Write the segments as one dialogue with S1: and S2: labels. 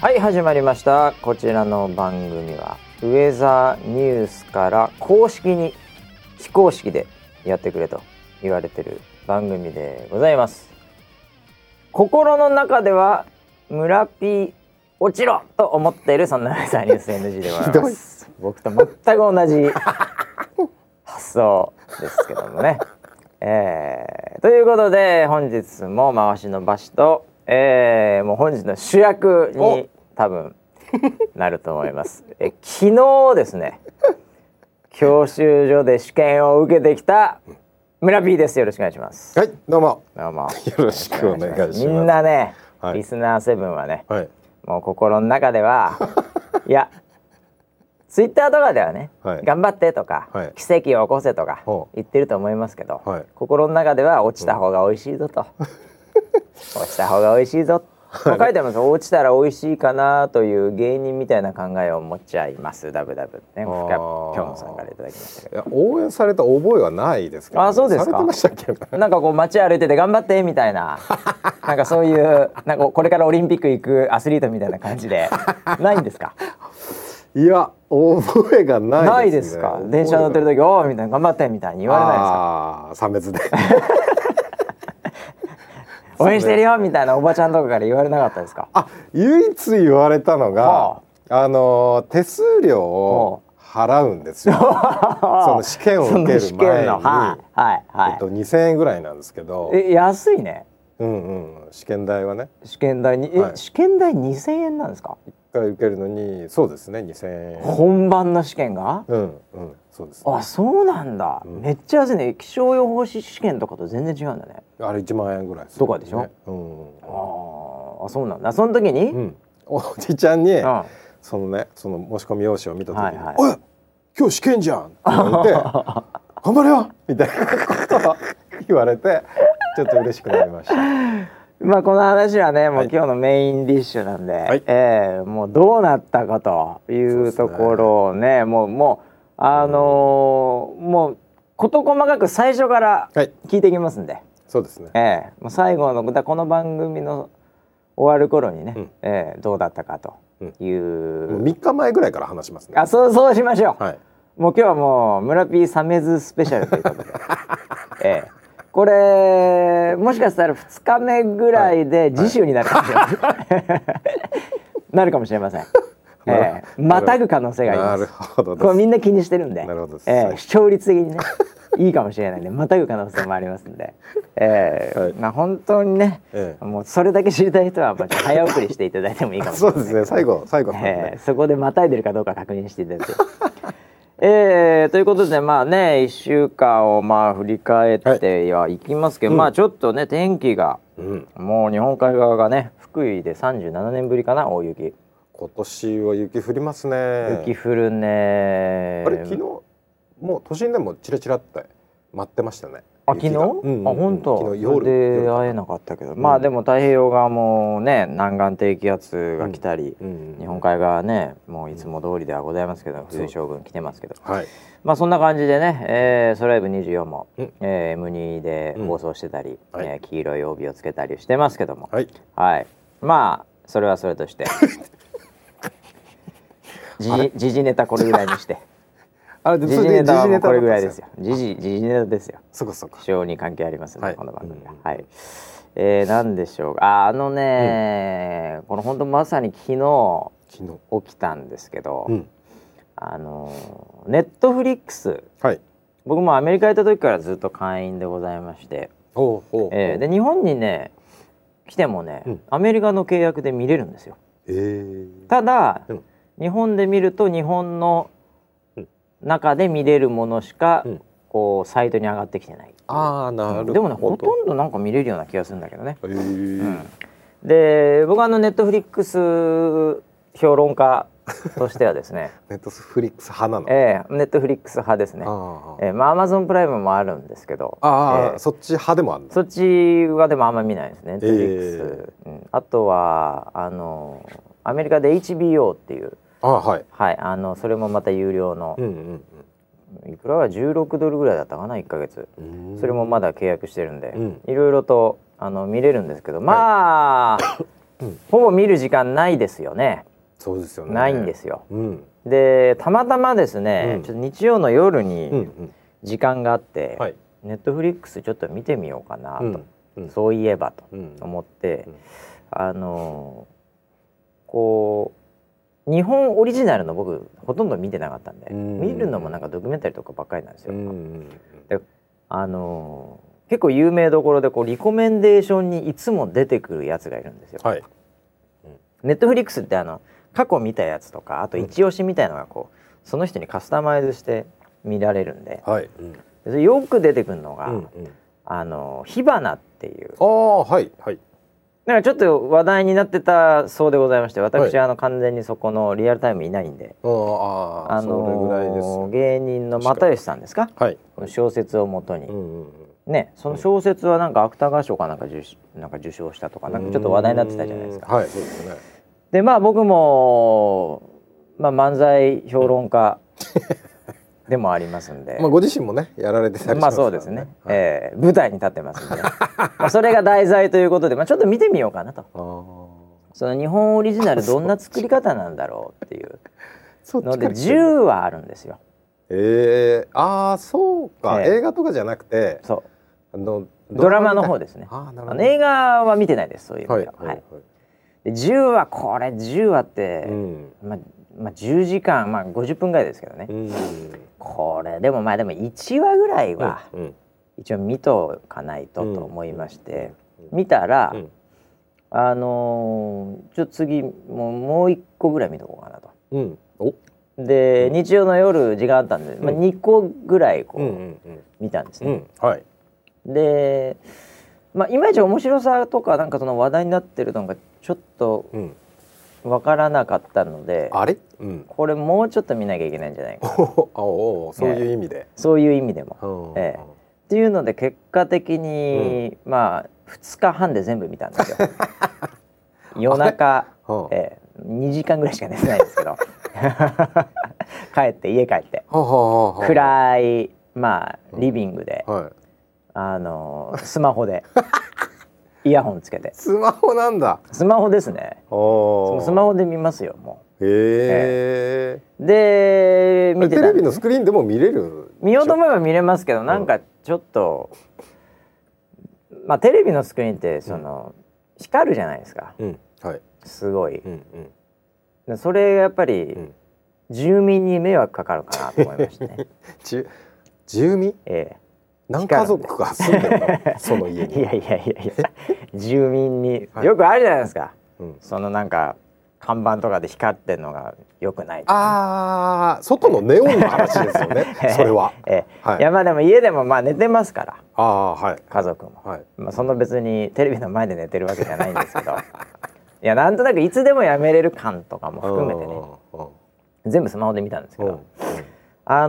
S1: はい始まりましたこちらの番組はウェザーニュースから公式に非公式でやってくれと言われてる番組でございます心の中では村ピー落ちろと思っているそんなウェザーニュース NG でございます僕と全く同じ発想ですけどもね えーということで本日も回しのばしと、えーもう本日の主役に多分なると思います。 え昨日ですね教習所で試験を受けてきた村 P ですよろしくお願いします。
S2: はい、どうも。
S1: どうも
S2: よろしくお願いします。
S1: みんなね、
S2: はい
S1: リスナーセブンはね
S2: はい。
S1: もう心の中で はいやツイッターとかではね、
S2: はい
S1: 頑張ってとか、
S2: はい
S1: 奇跡を起こせとか
S2: ほう
S1: 言ってると思いますけど、
S2: はい
S1: 心の中では落ちた方が美味しいぞと、 落ちた方が美味しい ぞと書いてあります落ちたら美味しいかなという芸人みたいな考えを持っちゃいますダブダブね
S2: ー
S1: ふかぴょんさんからいただきましたけ
S2: いや応援された覚えはないですけど、
S1: あそうですか
S2: されてましたっけ？
S1: どなんかこう街歩いてて頑張ってみたいななんかそういうなんかこれからオリンピック行くアスリートみたいな感じでないんですか
S2: いや、覚えがないです、ね。
S1: ないですか電車乗ってる
S2: 時
S1: 時「おーみたいな「頑張って」みたいに言われないで
S2: ああー、差別で。
S1: すか 「応援してるよ」みたいなおばちゃんとかから言われなかったですか
S2: あ、唯一言われたのが、
S1: は
S2: あのー手数料を払う んですよ。その試験を受ける
S1: その試
S2: 前
S1: 験
S2: に、
S1: のはいはいは
S2: えっ
S1: い
S2: と2000円ぐらいなんですけど、
S1: え安いね
S2: うんうん、試験代はね、
S1: 試験代にえ、
S2: はい
S1: 試験代2000円なんですか
S2: 一回受けるのに、そうですね、2000円。
S1: 本番の試験が
S2: うんうん、そうです、ね。
S1: あそうなんだ、
S2: うん
S1: めっちゃ安いね気象予報士試験とかと全然違うんだね
S2: あれ一万円ぐらいす
S1: と
S2: る
S1: かでしょ
S2: ね
S1: あーあそうなんだその時に、
S2: うん、うん、おじちゃんに、
S1: うんあ
S2: そのねその申し込み用紙を見た時に
S1: はいはい
S2: 「おい今日試験じゃん!」って言 われて「頑張れよ!」みたいなことを言われてちょっと嬉しくなりました。
S1: まあこの話はねもう
S2: はい
S1: 今日のメインディッシュなんで、
S2: い
S1: ええもうどうなったかというところをねもうもうあのーもう事細かく最初から
S2: はい
S1: 聞いていきますんで、
S2: そうですね。
S1: ええもう最後のだこの番組の終わる頃にね、
S2: うん
S1: ええどうだったかという、
S2: もう三日前ぐらいから話しますね。
S1: あそうそうしましょう、
S2: はい。
S1: もう今日はもう村ピーサメズスペシャルという ことで、ええこれもしかしたら2日目ぐらいで次週になるかもしれません、 なるかもしれません、ええまたぐ可能性がありま
S2: な
S1: す
S2: るほど
S1: これ
S2: で
S1: みんな気にしてるんで
S2: なるほどです
S1: ええ視聴率的にねいいかもしれないんでまたぐ可能性もありますんで、ええ
S2: はい
S1: まあ本当にね、
S2: ええ
S1: もうそれだけ知りたい人はまあ早送りしていただいてもいいかも
S2: す。
S1: しれ
S2: そ
S1: な
S2: う
S1: い
S2: ですね。最後最後、
S1: え
S2: ね
S1: ーそこでまたいでるかどうか確認していただいて。 えーということでまあね1週間をまあ振り返ってはいきますけど、まあちょっとね天気が
S2: うん。
S1: もう日本海側がね福井で37年ぶりかな大雪、
S2: 今年は雪降りますね。
S1: 雪降るね
S2: あれ昨日もう都心でもチラチラって待ってましたね。
S1: あ昨日、
S2: 雪がうんうん
S1: あ本当
S2: 昨日夜
S1: で
S2: 夜
S1: 会えなかったけど、まあでも太平洋側もね南岸低気圧が来たり、
S2: うんうん
S1: 日本海側ねもういつも通りではございますけど冬将軍来てますけど
S2: はい。
S1: まあそんな感じでね、えー、ソライブ24も、
S2: うん
S1: えー、M2 で放送してたり、
S2: うんはい
S1: えー黄色い帯をつけたりしてますけども、
S2: はい。
S1: はい、まあそれはそれとして 時事時事ネタこれぐらいに して
S2: あれ
S1: 時
S2: で
S1: 事ネタはもうこれぐらい
S2: だ
S1: で
S2: った
S1: すよ
S2: ん
S1: 時事時事ネタですよ
S2: そっかそっか
S1: 非。常に関係ありますね、
S2: はい
S1: この番組は、
S2: うん
S1: はいえー、何でしょうかああのね、この本当まさに昨日
S2: 昨日。
S1: 起きたんですけど、
S2: うん。
S1: あのネットフリックス
S2: はい。
S1: 僕もアメリカ行った時からずっと会員でございまして、
S2: ほうほう。
S1: えーで日本にね来てもね、
S2: うん
S1: アメリカの契約で見れるんですよ
S2: えー。
S1: ただ、
S2: うん
S1: 日本で見ると日本の
S2: うん
S1: 中で見れるものしか、
S2: うん
S1: こうサイトに上がってきてない
S2: ああなるほど。
S1: でもねほとんどなんか見れるような気がするんだけどね、
S2: えー
S1: で僕はあのネットフリックス評論家としてはです ね、
S2: ネットフリックス派なの。
S1: えーネットフリックス派ですね
S2: あー
S1: えーまあアマゾンプライムもあるんですけど
S2: あー、
S1: えー
S2: そっち派でもあるんだ。
S1: そっちはでもあんま見ないですね。
S2: え
S1: Netflix うんあとはあのアメリカで HBO っていう
S2: あーはい。
S1: はいあのそれもまた有料の
S2: うんうん
S1: いくらは16ドルぐらいだったかな1ヶ月。
S2: うんうーん。
S1: それもまだ契約してるんで
S2: うん
S1: いろいろとあの見れるんですけどまあ、
S2: うん
S1: ほぼ見る時間ないですよね
S2: そうですよね。
S1: ないんで。すよ
S2: うん。
S1: でたまたまですね、
S2: うん
S1: ちょっと日曜の夜
S2: うんう
S1: に
S2: ん。
S1: 時間があって、
S2: はい。
S1: ネットフリックスちょっと見てみようかなと、
S2: うん。うん。
S1: そういえばと
S2: うん。
S1: 思って、
S2: うん
S1: あのーこう日本オリジナルの僕ほとんど見てなかったんで、
S2: うん
S1: 見るのもなんかドキュメンタリーとかばっかりなんですよ。
S2: うんうん
S1: あのー結構有名どころでこうリコメンデーションにいつも出てくるやつがいるんですよ。
S2: はい。
S1: ネットフリックスってあの過去見たやつとかあと一押しみたいのがこう、その人にカスタマイズして見られるんで
S2: はい。うん。
S1: でよく出てくるのが、
S2: うんうん。
S1: あの火花っていう
S2: ああはいはい。
S1: なんかちょっと話題になってたそうでございまして私、
S2: はい
S1: あの完全にそこのリアルタイムいないんで、
S2: あああ
S1: あ
S2: あそれぐらいです
S1: のー芸人の又吉さんですか
S2: はい。
S1: 小説をもとに、
S2: うんうんうん。
S1: ねその小説はなんか芥川賞かなんか受賞なんか受賞したとかなんかちょっと話題になってたじゃないですか。
S2: うんはいそうですね。
S1: でまあ僕も、まあ、漫才評論 家でもありますんで。
S2: まあご自身もねやられてたりし
S1: ま
S2: ま
S1: あ
S2: す
S1: そ
S2: から
S1: うですね、
S2: はい
S1: えー舞台に立ってますんでね、まあそれが題材ということで、まあ、ちょっと見てみようかなと
S2: あー
S1: その日本オリジナルどんな作り方なんだろうっていう
S2: そっ
S1: の
S2: ち
S1: で
S2: から来てる
S1: 10はあるんですよ。
S2: ええああそうか、
S1: ええ
S2: 映画とかじゃなくて
S1: そ
S2: あの
S1: うドラマの方
S2: で
S1: ですね。
S2: ああ
S1: あ
S2: なるほ
S1: の
S2: ど
S1: 映画は見てないですそういう意
S2: は
S1: 味
S2: い
S1: では。
S2: はいはい、
S1: で10話これ10話って、
S2: うん
S1: まあまあ、10時間、まあ、50分ぐらいですけどね、
S2: うん
S1: これでもまあでも1話ぐらいは
S2: うん
S1: 一応見とかないとと思いまして、見た
S2: う
S1: ら、
S2: ん
S1: あのーちょっと次もうもう1個ぐらい見とこうかなと。
S2: うんお
S1: で、
S2: うん
S1: 日曜の夜時間あったんで、まあ、
S2: うん
S1: 2個ぐらいこ
S2: う
S1: う、
S2: んうんうん
S1: 見たんです
S2: う
S1: ね。
S2: んはい
S1: で、まあ、いまいち面白さとかなんかその話題になってるのがちょっと
S2: うん
S1: わからなかったので
S2: あれうん
S1: これもうちょっと見なきゃいけないんじゃないか
S2: おおおおそういう意味で、
S1: そういう意味でも。
S2: うん
S1: ええっていうので結果的に、まあ2日半で全部見たんですよ。夜中、
S2: うん
S1: ええ、2時間ぐらいしか寝てないんですけど 帰って家帰って
S2: はあはあはあ
S1: 暗いまあリビングで、
S2: はい
S1: あのスマホでイヤホンつけて
S2: スマホなんだ
S1: スマホですね。そ
S2: おお
S1: うスマホで見ますよも
S2: へえ
S1: う。で見て
S2: テ
S1: たん
S2: レ
S1: で
S2: ビのスクリーンでも見れる
S1: 見ようと思えば見れますけどなんかちょっと、まあテレビのスクリーンってその、光るじゃないですか
S2: うんはい
S1: すごい、
S2: うんうん
S1: でそれやっぱり、
S2: ん
S1: 住民に迷惑かかるかなと思いました ね、
S2: じゅ住民
S1: え
S2: 何家族が住んでるのその
S1: え、
S2: 家
S1: い
S2: に
S1: やいやいやいや住民に、
S2: はい
S1: よくあるじゃないですか
S2: うん
S1: そのなんか看板とかで光ってんのがよくないとか
S2: ああ外のネオンの話ですよねそれは
S1: ええ
S2: はい
S1: いやまあでも家でもまあ寝てますから
S2: ああはい
S1: 家族も
S2: はい
S1: まあ、そんな別にテレビの前で寝てるわけじゃないんですけど いやなんとなくいつでもやめれる感とかも含めてね全部スマホで見たんですけ
S2: うんうん
S1: どあ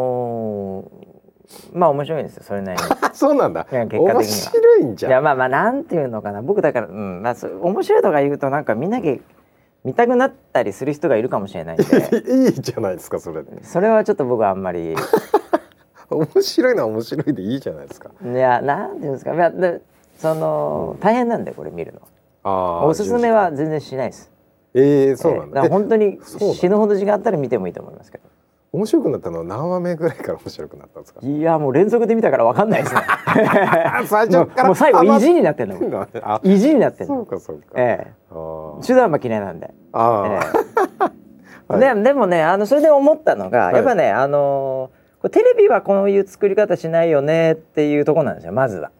S1: のーまあ面白いんですよそれなりに。
S2: あそうなんだ
S1: いや結果的には
S2: 面白いんじ
S1: い
S2: ゃ
S1: や
S2: ん
S1: まあまあなんていうのかな僕だから、うんまあ、そう面白いとか言うとなんか見なきゃ見たくなったりする人がいるかもしれないんで
S2: いいじゃないですかそれ
S1: それはちょっと僕はあんまりい
S2: 面白いのは面白いでいいじゃないですか
S1: やなんていうんですか、まあ、でその大変なんでこれ見るの
S2: ああ
S1: おすすめは全然しないです。
S2: ええそうなん
S1: え
S2: だ
S1: えから
S2: え
S1: 本当に
S2: そうなんだ
S1: 死ぬほど時間あったら見てもいいと思いますけど。
S2: 面白くなったのは何話目ぐらいから面白くなったんですか
S1: いやもう連続で見たからわかんない ですね。
S2: あ最
S1: もうもう最後意地になってんの。
S2: ああ
S1: 意地になってん
S2: そう
S1: の。
S2: かそうか、
S1: ええ、
S2: あー
S1: 手段は嫌いなんで。
S2: あー、
S1: ええ
S2: はい
S1: ででもねあのそれで思ったのが、
S2: はい
S1: やっぱねあのーこれテレビはこういう作り方しないよねっていうところなんですよまずは。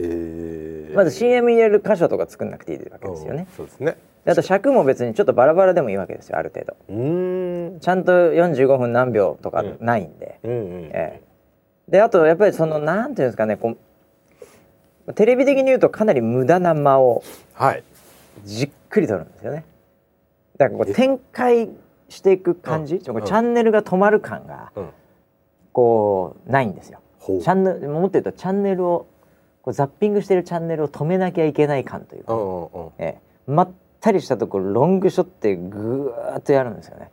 S2: ええ
S1: まず CM 入れる箇所とか作んなくていいわけですよね。
S2: そうですね
S1: であと尺も別にちょっとバラバラでもいいわけですよある程度。
S2: うーん
S1: ちゃんと45分何秒とかないんで。
S2: うんうん
S1: ええ、であとやっぱりそのなんていうんですかねこうテレビ的に言うとかなり無駄な間を
S2: はい
S1: じっくり取るんですよね。だからこう展開していく感じ、
S2: うん
S1: ちょっとこう
S2: うん
S1: チャンネルが止まる感が
S2: うん
S1: こうないんですよ。
S2: ほう
S1: チャンネルもっと言うとチャンネルをこうザッピングしてるチャンネルを止めなきゃいけない感という
S2: う
S1: か、
S2: んうんうん
S1: ええまったりしたところロングショットでぐーっとやるんですよね。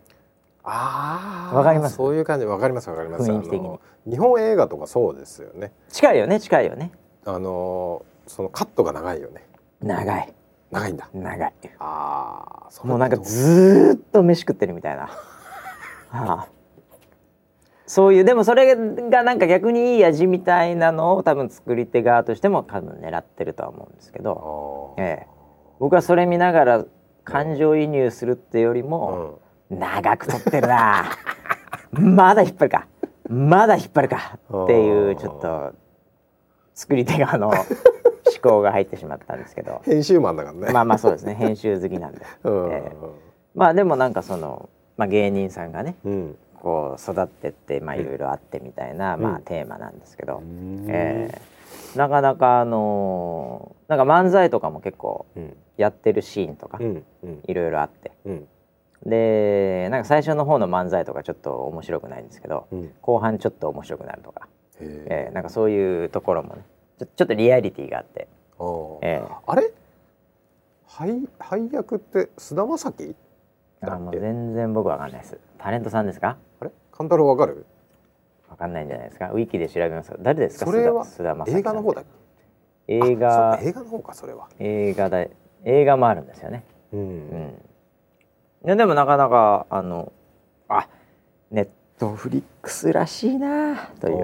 S2: ああ
S1: わかります
S2: そういう感じわかりますわかります
S1: 雰囲気的に
S2: あの日本映画とかそうですよね
S1: 近いよね近いよね
S2: あのそのカットが長いよね
S1: 長い
S2: 長いんだ
S1: 長い
S2: ああそれ
S1: もうなんかずーっと飯食ってるみたい な、はあ、そういうでもそれがなんか逆にいい味みたいなのを多分作り手側としても多分狙ってるとは思うんですけど、
S2: あ
S1: ええ、僕はそれ見ながら感情移入するってより
S2: あ、う
S1: も、
S2: ん、
S1: 長く撮ってるなまだ引っ張るかまだ引っ張るかっていうちょっと作り手側の思考が入ってしまったんですけど
S2: 編集マンだからね、
S1: まあまあそうですね編集好きなんで。
S2: うん
S1: えまあでもなんかその、まあ、芸人さんがね
S2: うん
S1: こう育ってってまあいろいろあってみたいな、
S2: うん
S1: まあ、テーマなんですけど、
S2: え
S1: えーなかなかあのーなんか漫才とかも結構
S2: うん
S1: やってるシーンとか
S2: うんうん
S1: いろいろあって
S2: うん
S1: でなんか最初の方の漫才とかちょっと面白くないんですけど
S2: うんへ
S1: 後半ちょっと面白くなるとか、
S2: え
S1: えーなんかそういうところもねちょちょっとリアリティがあって、
S2: あー
S1: え
S2: あれ配配役って菅田将暉
S1: ー、
S2: だっけ
S1: あもう全然僕わかんないですタレントさんですか
S2: あれ勘太郎わかる
S1: わかんないんじゃないですか。ウィキで調べますか。誰ですか。
S2: それは
S1: 菅田菅田将暉さん
S2: 映画の方だっけ
S1: 映
S2: あ
S1: 画
S2: そう映画の方かそれは
S1: 映画だ映画もあるんですよね。
S2: う
S1: うんん。いやでもなかなかあのあネットフリックスらしいなと
S2: と
S1: い
S2: いう
S1: ね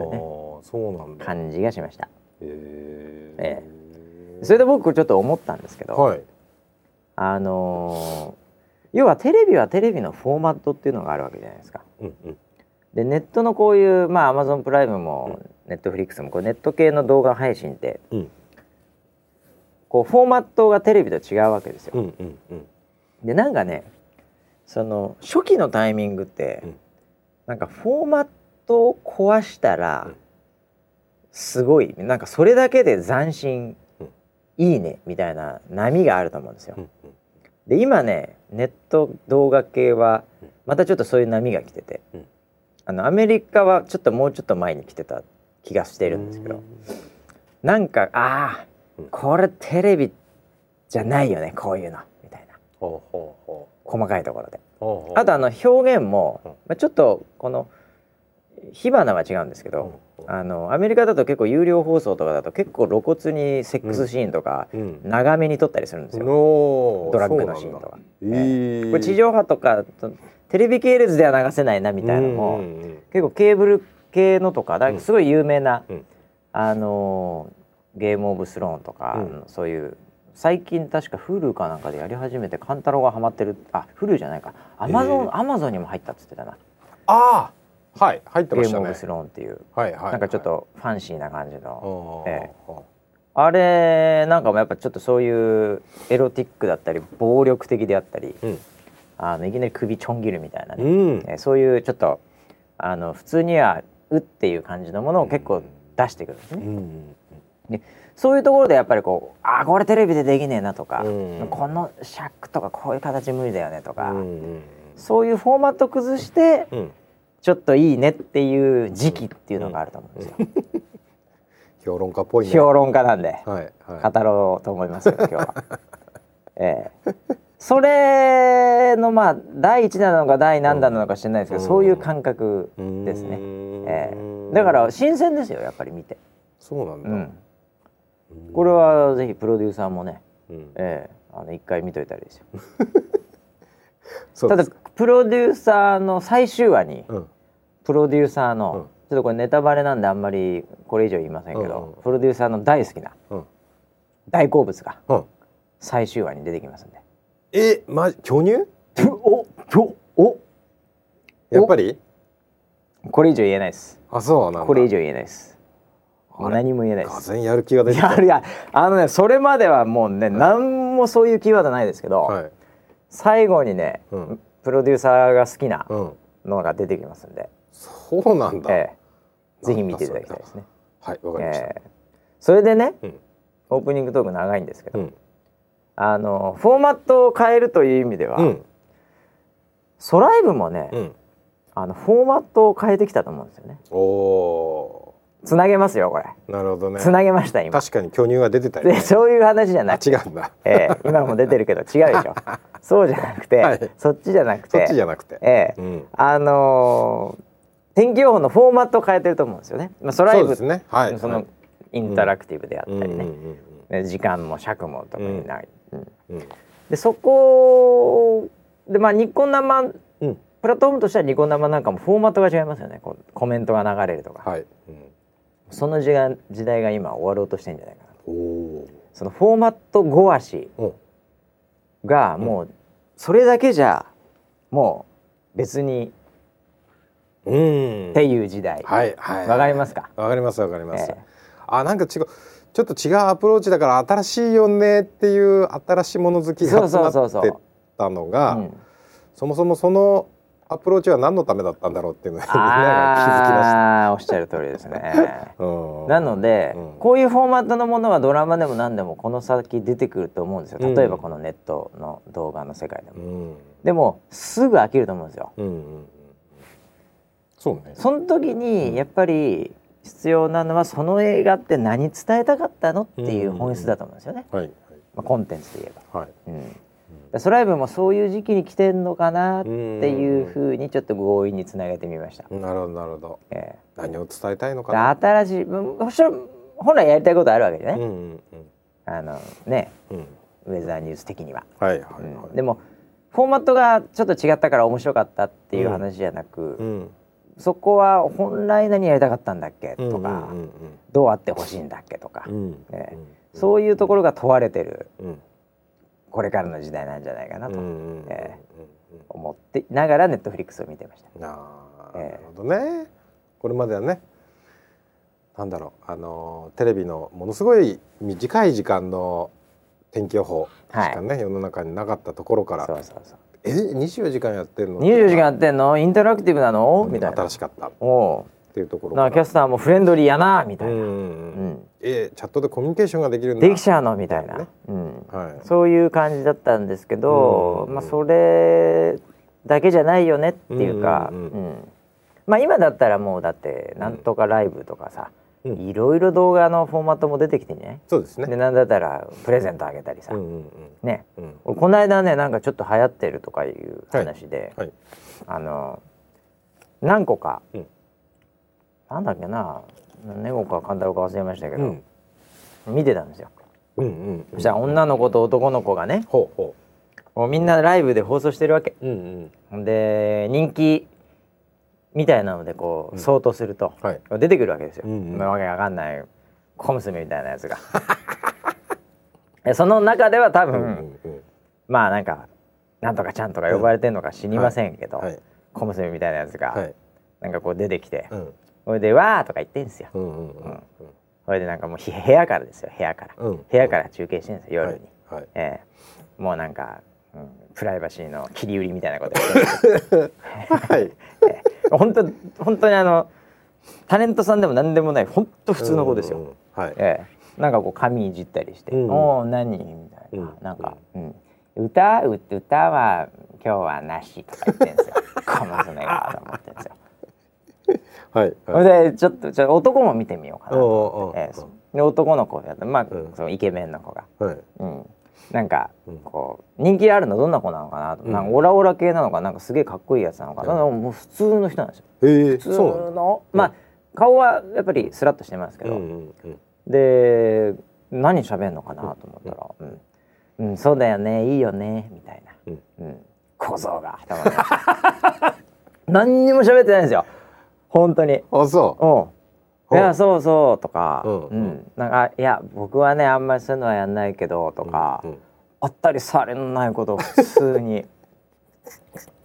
S2: そうなんだ
S1: 感じがしました。
S2: え
S1: え
S2: え
S1: それで僕ちょっと思ったんですけど、
S2: はい
S1: あのー要はテレビはテレビのフォーマットっていうのがあるわけじゃないですか。
S2: うんうん
S1: でネットのこういうまあアマゾンプライムもネットフリックスもこうネット系の動画配信って、
S2: うん
S1: こうフォーマットがテレビと違うわけですよ。
S2: うんうんうん
S1: でなんかねその初期のタイミングって、
S2: うん
S1: なんかフォーマットを壊したら、
S2: うん
S1: すごいなんかそれだけで斬新、
S2: うん
S1: いいねみたいな波があると思うんですよ。
S2: うんうん
S1: で今ねネット動画系は
S2: うん
S1: またちょっとそういう波が来てて、
S2: うん
S1: あのアメリカはちょっともうちょっと前に来てた気がしてるんですけど、なんかああ
S2: うん
S1: これテレビじゃないよねこういうのみたいな
S2: ほうほうほう
S1: 細かいところで。
S2: ほうほう
S1: あとあの表現も、
S2: うん
S1: まあ、ちょっとこの火花は違うんですけど、
S2: うん
S1: あのアメリカだと結構有料放送とかだと結構露骨にセックスシーンとか
S2: うん
S1: 長めに撮ったりするんですよ、
S2: の
S1: ドラッグのシーンとか。
S2: えー、
S1: これ地上波とかとテレビ系列では流せないなみたいなのも、
S2: うんうんうん
S1: 結構ケーブル系のとかだからすごい有名な、
S2: うん
S1: あのーゲームオブスローンとか、
S2: うん
S1: あのそういう最近確か Hulu かなんかでやり始めて勘太郎がハマってるあ Hulu じゃないか Amazon、
S2: えー
S1: Amazon にも入ったっつってたな、
S2: ああはい入って
S1: ゲ
S2: ま
S1: ーム
S2: した
S1: オ
S2: ね
S1: ブスローンっていう、
S2: はいはい
S1: なんかちょっとファンシーな感じの、
S2: はい
S1: え
S2: あー
S1: あれなんかもやっぱちょっとそういうエロティックだったり暴力的であったり
S2: うん
S1: あのいきなり首ちょん切るみたいなね、
S2: うん
S1: えーそういうちょっとあの普通には「う」っていう感じのものを結構出してくるんですね、
S2: うん
S1: そういうところでやっぱりこう「あーこれテレビでできねえな」とか、
S2: うん
S1: このシャックとかこういう形無理だよね」とか、
S2: うんうん
S1: そういうフォーマット崩して
S2: うん
S1: ちょっといいねっていう時期っていうのがあると思うんですよ、
S2: 評論家っぽいね
S1: 評論家なんで
S2: はいは
S1: 語ろうと思い ますよ今日は。ええそれのまあ第一弾なのか第何弾なのか知らないですけど、
S2: うん
S1: そういう感覚
S2: い
S1: ですね
S2: うーん
S1: ええだから新鮮ですよやっぱり見て、
S2: そうなんだ、
S1: うん、
S2: うん
S1: これはぜひプロデューサーもね、
S2: うん
S1: ええあの一回見といたらいいですよ
S2: そう
S1: た
S2: で
S1: だ
S2: す
S1: プロデューサーの最終話に
S2: うん
S1: プロデューサーの、
S2: うん
S1: ちょっとこれネタバレなんであんまりこれ以上言いませんけど、
S2: うんうん
S1: プロデューサーの大好きな
S2: うん
S1: 大好物が
S2: うん
S1: 最終話に出てきますんで
S2: えま巨乳
S1: おお
S2: やっぱり
S1: これ以上言えないです
S2: あそうなんだ
S1: これ以上言えないです
S2: あれ
S1: 何も言えないで
S2: が
S1: す
S2: ぜんやる気が出
S1: い
S2: てきた
S1: やいやあのねそれまではもうね何もそういうキーワードないですけど、
S2: はい
S1: 最後にね、
S2: うん
S1: プロデューサーが好きな
S2: うん
S1: のが出てきますんで、
S2: そうなんだ、
S1: ええ、ぜひ見ていただきたいですね。
S2: はいわかりました、
S1: ええ、それでね、
S2: うん
S1: オープニングトーク長いんですけど、
S2: うん
S1: あのフォーマットを変えるという意味では、
S2: うん
S1: ソライブもね、
S2: うん
S1: あのフォーマットを変えてきたと思うんですよね。
S2: おお
S1: つなげますよこれ。
S2: ーなるほどね
S1: つなげました今。
S2: 確かに巨乳は出てたよ、
S1: で
S2: ね、
S1: そういう話じゃ
S2: あ
S1: ない。
S2: 違うんだ
S1: ええ、今も出てるけど違うでし ょ。そうじゃなくて、
S2: はい
S1: そっちじゃなく
S2: そ
S1: て
S2: っ、ちじゃなくて、
S1: ええ、
S2: うん
S1: あのー天気予報のフォーマットを変えてると思うんですよね。まあソライ
S2: そう
S1: ブ
S2: で
S1: っ
S2: すねはい
S1: そ
S2: はい
S1: のインタラクティブであった
S2: う
S1: り
S2: んうん
S1: ね、
S2: うんうん
S1: 時間も尺も特にない、
S2: うん
S1: でそこでまあニコ生
S2: うん
S1: プラットフォームとしてはニコ生なんかもフォーマットが違いますよねこうコメントが流れるとか、
S2: はい、うん、
S1: その時代時代が今終わろうとしてんじゃないかな
S2: おお
S1: そのフォーマットご足
S2: ー、うん、
S1: がもうそれだけじゃもう別に
S2: うん
S1: っていう時代わ、
S2: はいはい
S1: かりますか、
S2: わかりますわかります、
S1: ええ
S2: あなんか違うちょっと違うアプローチだから新しいよねっていう新しいもの好き
S1: そ
S2: が
S1: う
S2: 集
S1: そ
S2: ま
S1: うそうそう
S2: ってたのがそ
S1: うん
S2: もそもそのアプローチは何のためだったんだろうっていうのがみんなが
S1: ああおっしゃる通りですね
S2: 気づきました、うん、
S1: なので、
S2: うん
S1: こういうフォーマットのものはドラマでも何でもこの先出てくると思うんですよ
S2: うん
S1: 例えばこのネットの動画の世界でも、
S2: うん
S1: でもすぐ飽きると思うんですよ
S2: うんうんうんそうね
S1: その時にやっぱり必要なのはその映画って何伝えたかったのっていう本質だと思うんですよね、
S2: はい
S1: まあ、コンテンツで言えば、
S2: はい
S1: うん、だからソライブもそういう時期に来てんのかなっていうふうにちょっと強引につなげてみました、
S2: はいなるほどなるほど
S1: え
S2: 何を伝えたいの
S1: え
S2: か
S1: で
S2: な
S1: 新しいうんもちろん本来やりたいことあるわけでね、
S2: うんうんうん
S1: あのね
S2: うん
S1: ウェザーニュース的には、
S2: はいはいはい、
S1: うんでもフォーマットがちょっと違ったから面白かったっていう話じゃなく、
S2: うん
S1: そこは本来何やりたかったんだっけ
S2: うん
S1: とか、
S2: うん
S1: どうあってほしいんだっけとか、
S2: うんうん
S1: ええそういうところが問われてる
S2: うん
S1: これからの時代なんじゃないかな
S2: うんう
S1: と
S2: んうん
S1: え
S2: うん
S1: 思ってながらネットフリックスを見てました。
S2: あー
S1: ええ
S2: なるほどね。これまではね、なんだろう、あのーテレビのものすごい短い時間の天気予報し
S1: はい
S2: かね、世の中になかったところから、
S1: そうそうそう
S2: え、24時間やってるの？
S1: 24時間やってんのインタラクティブなのみたいな
S2: 新しかったっ
S1: お
S2: ていうとこ
S1: う
S2: ろ
S1: なんかキャスターもフレンドリーやなみた
S2: う
S1: い
S2: んう
S1: な、
S2: ん
S1: う
S2: うん。
S1: ん
S2: えー、チャットでコミュニケーションができるんだ。
S1: できちゃうのみたいな、
S2: ね
S1: うん、
S2: はい。
S1: そういう感じだったんですけど、
S2: うん
S1: まあ、それだけじゃないよねっていうか、
S2: うんうんう
S1: うんまあ、今だったらもうだってなんとかライブとかさ、
S2: うん
S1: いろいろ動画のフォーマットも出てきてね
S2: そうです
S1: で
S2: ね。
S1: なんだったらプレゼントあげたりさ、
S2: うんうん
S1: ね
S2: うんうん。
S1: 俺この間ねなんかちょっと流行ってるとかいう話で、
S2: はい。
S1: あの何個か、
S2: うん
S1: なんだっけな何個か勘太郎か忘れましたけ
S2: う
S1: ど、
S2: ん
S1: 見てたんですよ。
S2: うんうんう
S1: そ
S2: ん。
S1: したら女の子と男の子がね
S2: ほうほ
S1: もうみんなライブで放送してるわけ。
S2: う。うんうん。
S1: で人気みたいなのでこう、
S2: うん
S1: 相当すると、
S2: はい。
S1: 出てくるわけですよ、
S2: うんうん
S1: わけわかんない小娘みたいなやつが でその中では多
S2: う
S1: 分、
S2: んうんうん。
S1: まあなんかなんとかちゃんとか呼ばれてんのか知りませんけど、
S2: はい
S1: 小娘みたいなやつが、
S2: はい。
S1: なんかこう出てきて
S2: うん
S1: 「ほいでわー」とか言ってんですよ
S2: うんうんうん
S1: ほいでなんかもうひ部屋からですよ部屋から、
S2: うん。
S1: 部屋から中継してるんですよ
S2: は
S1: 夜に、
S2: いはい。
S1: ええもうなんか、うんプライバシーの切り売りみたいなことやってる
S2: はい。
S1: 本当本当にあのタレントさんでも何でもない本当普通の子ですよ、
S2: うんうんうん。はい。
S1: ええ、なんかこう髪いじったりして「
S2: うん
S1: おお何?」みたいな、
S2: うん
S1: なんか、うん歌う歌は今日はなし」とか言ってんです よこの娘がと思ってんですよ。
S2: はい。
S1: そ
S2: はい。
S1: れでちょっとちょっと男も見てみようかなと
S2: おうおうお
S1: 思
S2: う
S1: って、ええそうで男の子やったまあ、
S2: うん
S1: そのイケメンの子が、
S2: はい。
S1: うん、なんか
S2: うん
S1: こう人気あるのどんな子なのかなと、
S2: うん
S1: なんかオラオラ系なのかなんかすげえかっこいいやつなのかな、もう普通の人なんですよ。
S2: ええ、
S1: 普通
S2: そうなんだ。
S1: のまあ顔はやっぱりスラッとしてますけ
S2: う
S1: ど、
S2: んうんうん。
S1: で何喋るのかなと思ったら「うん、うんそうだよねいいよね」みたいな
S2: うん
S1: 「うん、小僧が」と思いました 何にも喋ってないんですよ本当に。
S2: あ、そう。
S1: うんい
S2: うん
S1: やそうそうとか、う
S2: うんん
S1: なんかいや僕はねあんまりそういうのはやんないけどとか、
S2: うんうん
S1: あったりされないことを普通 に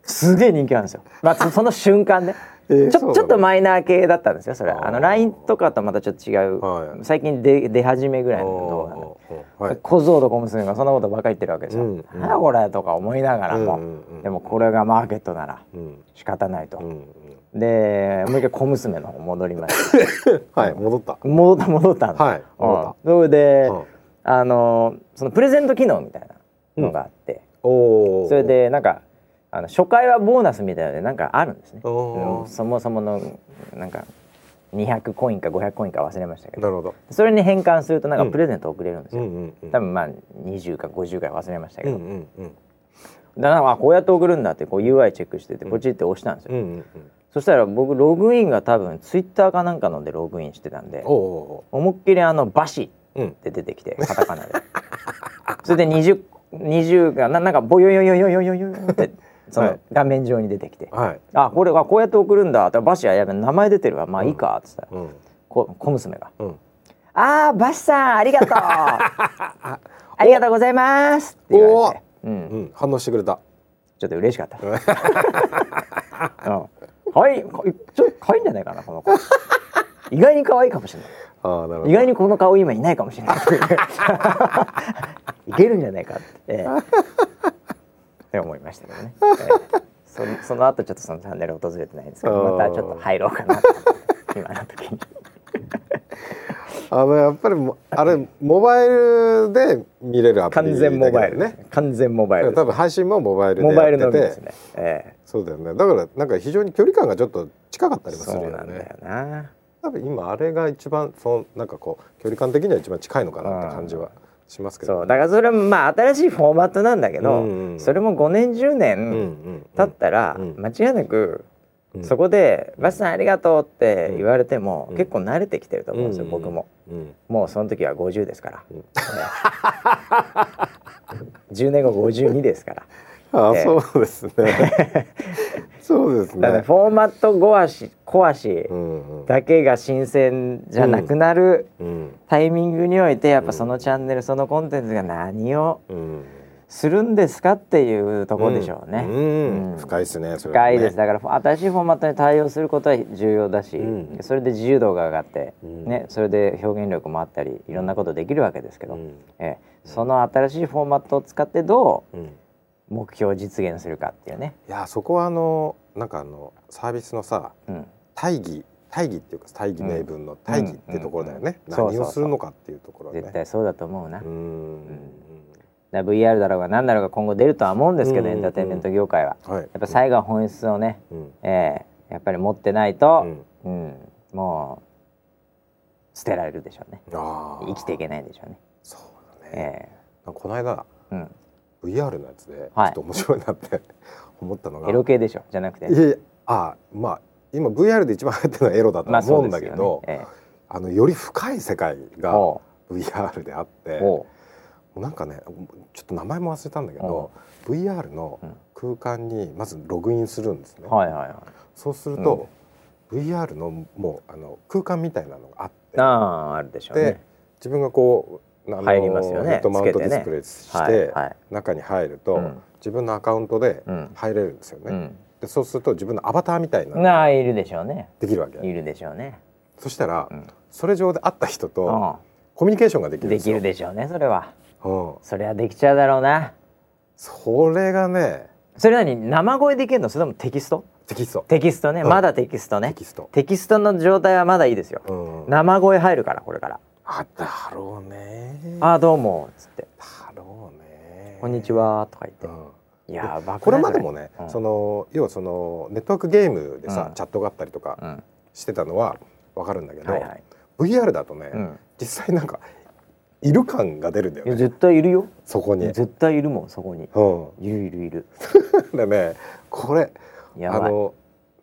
S1: すげえ人気なんですよ、まあ、そその瞬間ね、
S2: えー
S1: ち
S2: そうな
S1: ょ
S2: の
S1: ちょっとマイナー系だったんですよそれ
S2: あー
S1: あの LINE とかとまたちょっと違う、
S2: はい
S1: 最近出出始めぐらいの動画なんで
S2: おーおーはい。
S1: 小僧と小娘がそんなことばっかり言ってるわけですよ、
S2: うんうん
S1: なんだこれとか思いながらも、
S2: うんうんうん
S1: でもこれがマーケットなら
S2: うん
S1: 仕方ないと、
S2: うんうん。
S1: でもう一回小娘の方戻りました
S2: はい、戻った。
S1: 戻った戻ったんです
S2: はい戻
S1: うんそれ
S2: った
S1: で、
S2: うん
S1: あのそのプレゼント機能みたいなのがあって、
S2: おお。
S1: それ。でなんかあの初回はボーナスみたいなのでなんかあるんですね、
S2: おー
S1: うんそもそものなんか200コインか500コインか忘れましたけど
S2: なるほど。
S1: それに変換するとなんかプレゼント送れるんです
S2: う
S1: よ、
S2: んうんうん。
S1: 多分まあ20か50か忘れましたけ
S2: う
S1: ど、
S2: んうんうん。
S1: だからあこうやって送るんだってこう UI チェックしててポチって押したんですよ、
S2: うんうんうん。
S1: そしたら僕ログインが多分ツイッターかなんかのでログインしてたんで
S2: おお
S1: 思いっきりあのバシ
S2: ー。うん
S1: っ。て出てきてカタカナでそれで20 20がななんかボヨヨヨヨヨヨヨヨってそ
S2: は
S1: の
S2: い
S1: 画面上に出てきて
S2: はい。
S1: 「あこれはこうやって送るんだ」ってバシはやべ名前出てるわまあいいか」っつったら
S2: うん。
S1: こ小娘が
S2: うん。
S1: 「あーバシさんあり がとうありがとうございます」って言われて、うん、
S2: うん。反応してくれた。
S1: ちょっと嬉しかった。うん、かわいいかちょっと可愛いんじゃないかなこの子意外に可愛いかもしれない。
S2: ああ、なるほ
S1: 意
S2: ど。
S1: 外にこの顔今いないかもしれない いけるんじゃないかって、ええって思いましたけどね、ええそその後ちょっとそのチャンネル訪れてないんですけ
S2: あ
S1: ど
S2: ー
S1: またちょっと入ろうかなと思って今の時に
S2: あのやっぱりもあれモバイルで見れるアプリ
S1: 完全モバイル
S2: ね
S1: ね。完全モバイ
S2: だか
S1: ル
S2: ら多分配信もモバイルで
S1: モバイル
S2: や
S1: の
S2: っ
S1: みで
S2: て
S1: す
S2: て、
S1: ね、え
S2: そうだよね。だからなんか非常に距離感がちょっと近かった
S1: え
S2: りもする
S1: そうな
S2: よ
S1: んだ
S2: ね。
S1: よな
S2: 多分今あれが一番そのなんかこう距離感的には一番近いのかなって感じはしますけど。
S1: そうだからそれもまあ新しいフォーマットなんだけど、
S2: うんうん
S1: それも5年10
S2: うんう
S1: 年
S2: ん。
S1: 経ったら、
S2: うんうん
S1: 間違いなく
S2: うん
S1: そこで「バスさんありがとう」って言われても、
S2: うん
S1: 結構慣れてきてると思うんですよ、
S2: うん
S1: 僕も。
S2: うん
S1: もうその時は50ですから、
S2: うん
S1: 10年後52です から
S2: ああ、
S1: ええ
S2: そうです ね。そうです
S1: だから
S2: ね。
S1: フォーマットご足小足
S2: うんうん
S1: だけが新鮮じゃなくなる
S2: うん
S1: タイミングにおいてやっぱそのチャンネルそのコンテンツが何を
S2: うん。
S1: するんですかっていうところでしょうね。
S2: うん
S1: うん
S2: 深いですね。それは
S1: 深
S2: ね
S1: いです。だから新しいフォーマットに対応することは重要だし、
S2: うん
S1: それで自由度が上がって、
S2: うん
S1: ね、それで表現力もあったりいろんなことできるわけですけど、
S2: うん
S1: ええその新しいフォーマットを使ってどう
S2: うん。
S1: 目標を実現するかっていうね、
S2: いやそこはあのなんかあのサービスのさ
S1: うん、
S2: 大義大義っていうか大義名分の大義ってところだよね、
S1: うんうんうんそ
S2: 何
S1: うそう
S2: を
S1: そう
S2: するのかっていうところだよ
S1: 絶
S2: ね
S1: 対そうだと思うな、
S2: うーん
S1: だから VR だろうが何だろうが今後出るとは思うんですけど、
S2: うんうんうん
S1: エンターテインメント業界は
S2: はい
S1: やっぱ最後は本質をね、
S2: うん
S1: ええやっぱり持ってないうと、
S2: ん
S1: うんもう捨てられるでしょうね
S2: あー
S1: 生きていけないでしょうね、
S2: そうだ
S1: え
S2: ね、なんかこの間
S1: えうん、
S2: VR のやつでちょ
S1: はい
S2: っと面白いなって思ったのが、
S1: エロ系でしょじゃなくて
S2: いやいやあーまあ今 VR で一番流行ってるのはエロだと
S1: まあ
S2: 思
S1: そううんで
S2: だ
S1: す
S2: け
S1: よ
S2: ど、
S1: ね。え
S2: あのより深い世界
S1: え、
S2: が
S1: お
S2: VR であって
S1: うお
S2: なんかねちょっと名前も忘れたんだけど、VR の
S1: うん
S2: 空間にまずログインするんですね、
S1: うはいはいは
S2: そうすると、VR のもうあの空間みたいなのがあっ
S1: い。あああるでしょう
S2: て、
S1: ね。
S2: 自分がこうあの
S1: 入りますよね
S2: ヘッドマウン
S1: つ
S2: ト
S1: け
S2: デ
S1: て
S2: ィ
S1: ね
S2: スプレイして、
S1: はいはい。
S2: 中に入ると、
S1: うん
S2: 自分のアカウントで
S1: うん
S2: 入れるんですよね、
S1: うん。
S2: でそうすると自分のアバターみたいなのが
S1: なあいるでしょうね。
S2: できるわけ
S1: いるでしょうね。
S2: そしたら、
S1: うん
S2: それ上で会った人と
S1: う
S2: コミュニケーションができ
S1: ん。
S2: るん
S1: で
S2: です
S1: き
S2: よ
S1: るでしょうね。それは。
S2: うん、
S1: それはできちゃうだろうな。
S2: それがね
S1: それなに生声できるの？それともテキスト？
S2: テキスト
S1: テキストね。
S2: うん
S1: まだテキスト
S2: テ
S1: ね。
S2: キスト、
S1: テキストの状態はまだいいですよ。
S2: うん、
S1: 生声入るからこれから。
S2: あだろうね
S1: ああどうもつって。
S2: だろうね
S1: こんにち、はとか言っ
S2: う
S1: て。
S2: ん
S1: いやば
S2: これまでもね、
S1: うん
S2: その要はそのネットワークゲームでさ、
S1: うん
S2: チャットがあったりとか
S1: うん。
S2: してたのはわかるんだけど、
S1: はいはい。
S2: VR だとね、
S1: うん。
S2: 実際なんかいる感が出るんだよ
S1: いや
S2: ね
S1: 絶対いるよ。
S2: そこに。う
S1: 絶対いるもんそこに。
S2: ん、
S1: いるいるいる。
S2: でねこれあ
S1: やばい。
S2: の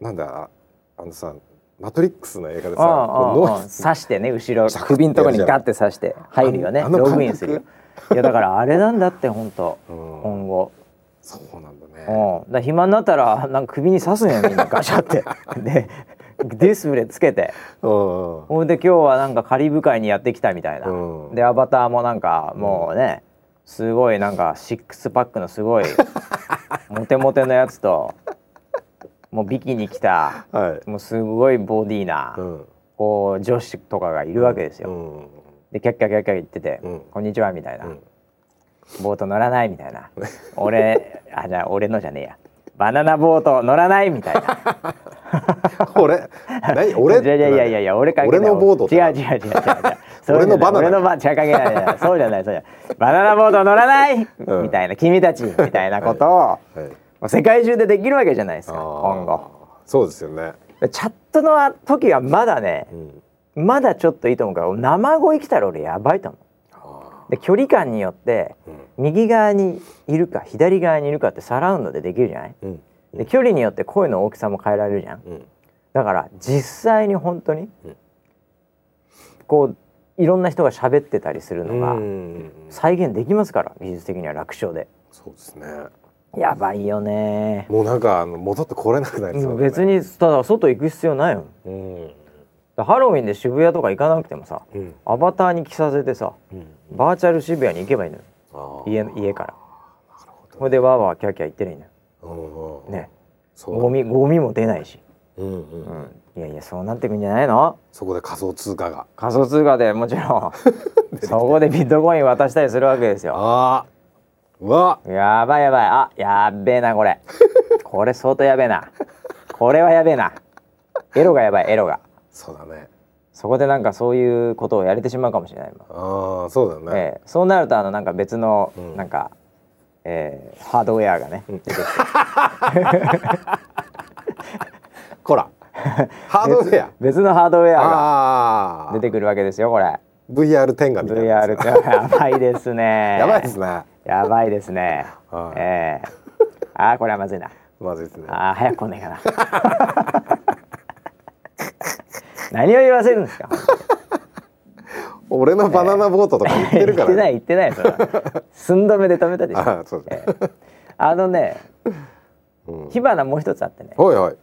S2: なんだあのさ「マトリックス」の映画でさ
S1: ああ
S2: こう
S1: ああ
S2: ノ
S1: あ
S2: イ
S1: あ
S2: ズ
S1: 刺してね後ろ
S2: ジャクッて
S1: 首のところに
S2: やるじゃん
S1: ガッて刺して入るよね
S2: あの
S1: ログインするよいやだからあれなんだって本当
S2: うん、
S1: 今後、
S2: そうなんだ
S1: う
S2: ね。
S1: ん、だから暇になったらなんか首に刺すんやみんなガシャってでディスプレイつけて
S2: うんうん
S1: ほんで今日はなんかカリブ海にやってきたみたいな、
S2: うん
S1: でアバターもなんかもうね、すごいなんかシックスパックのす ごいモテモテのやつともうビキに来た
S2: はい。
S1: もうすごいボディーな、
S2: うん。
S1: こう女子とかがいるわけですよ、
S2: うん。
S1: でキャッキャキャッキャ言ってて「
S2: うん
S1: こんにちは」みたいな、
S2: うん
S1: ボート乗らない」みたい な「俺あじゃあ俺のじゃねえやバナナボート乗らない」みたいな
S2: 俺、何俺
S1: いやいやいやいやいや俺関係
S2: 俺
S1: ない
S2: のボードって
S1: 違う
S2: 何
S1: 違う違う違う違うそう
S2: 俺のバナナ
S1: 俺のバ違う関係ない違うそうじゃないそうじゃないバナナボート乗らない、
S2: うん
S1: みたいな君たちみたいなことを、
S2: はい。
S1: もう世界中でできるわけじゃないですか
S2: あー
S1: 今後
S2: そうですよね。
S1: チャットの時はまだね
S2: うん。
S1: まだちょっといいと思うから生声来たら俺やばいと思
S2: あ
S1: うで距離感によって
S2: ー
S1: 右側にいるか左側にいるかってサラウンドでできるじゃない
S2: うん。うん。
S1: で距離によって声の大きさも変えられるじゃん
S2: うん。
S1: だから実際に本当に
S2: うん
S1: こういろんな人が喋ってたりするのが
S2: うん
S1: 再現できますから技術的には楽勝で
S2: そうですね
S1: やばいよね
S2: もうなんかあの戻ってこれなくなりそうだね
S1: 別にただ外行く必要ないもん
S2: うん
S1: だハロウィンで渋谷とか行かなくてもさ
S2: うん
S1: アバターに着させてさ
S2: うん
S1: バーチャル渋谷に行けばいいのよ
S2: あー
S1: 家
S2: なる
S1: 家から
S2: ほど
S1: ほいでわーわーキャーキャー言ってるいいのよ
S2: うんうん
S1: ね
S2: そうだ
S1: ゴミゴミも出ないし、
S2: うんう
S1: うんん、いやいやそうなってくんじゃないの
S2: そこで仮想通貨が
S1: 仮想通貨でもち ろんそこでビットコイン渡したりするわけですよ
S2: ああうわ
S1: やばいやばいあやっべえなこれこれ相当やべえなこれはやべえなエロがやばいエロが
S2: そうだね
S1: そこでなんかそういうことをやれてしまうかもしれないもん
S2: ああそうだね、
S1: ええそうなるとあのなんか別の、
S2: ん
S1: なんか、ええハードウェアがね、
S2: こらハードウェ
S1: 別のハードウェ
S2: ア
S1: ア
S2: あ
S1: が
S2: あ
S1: 出てくるわけですよこれ
S2: VR 天下みたいな
S1: VR ってやばいですね
S2: やばいですね
S1: やばいですね
S2: は。い
S1: ええああこれはまずいな。
S2: まずいですね
S1: ああ早く来ねえかな。 何を言わせるんですか。
S2: 俺のバナナボートとか言ってるか
S1: 言って
S2: ら、
S1: ない言ってないそれは。寸止めで止めたでしょ。
S2: ああそうだ、
S1: ええあのね
S2: うん、
S1: 火花もう一つあってね。
S2: おいおい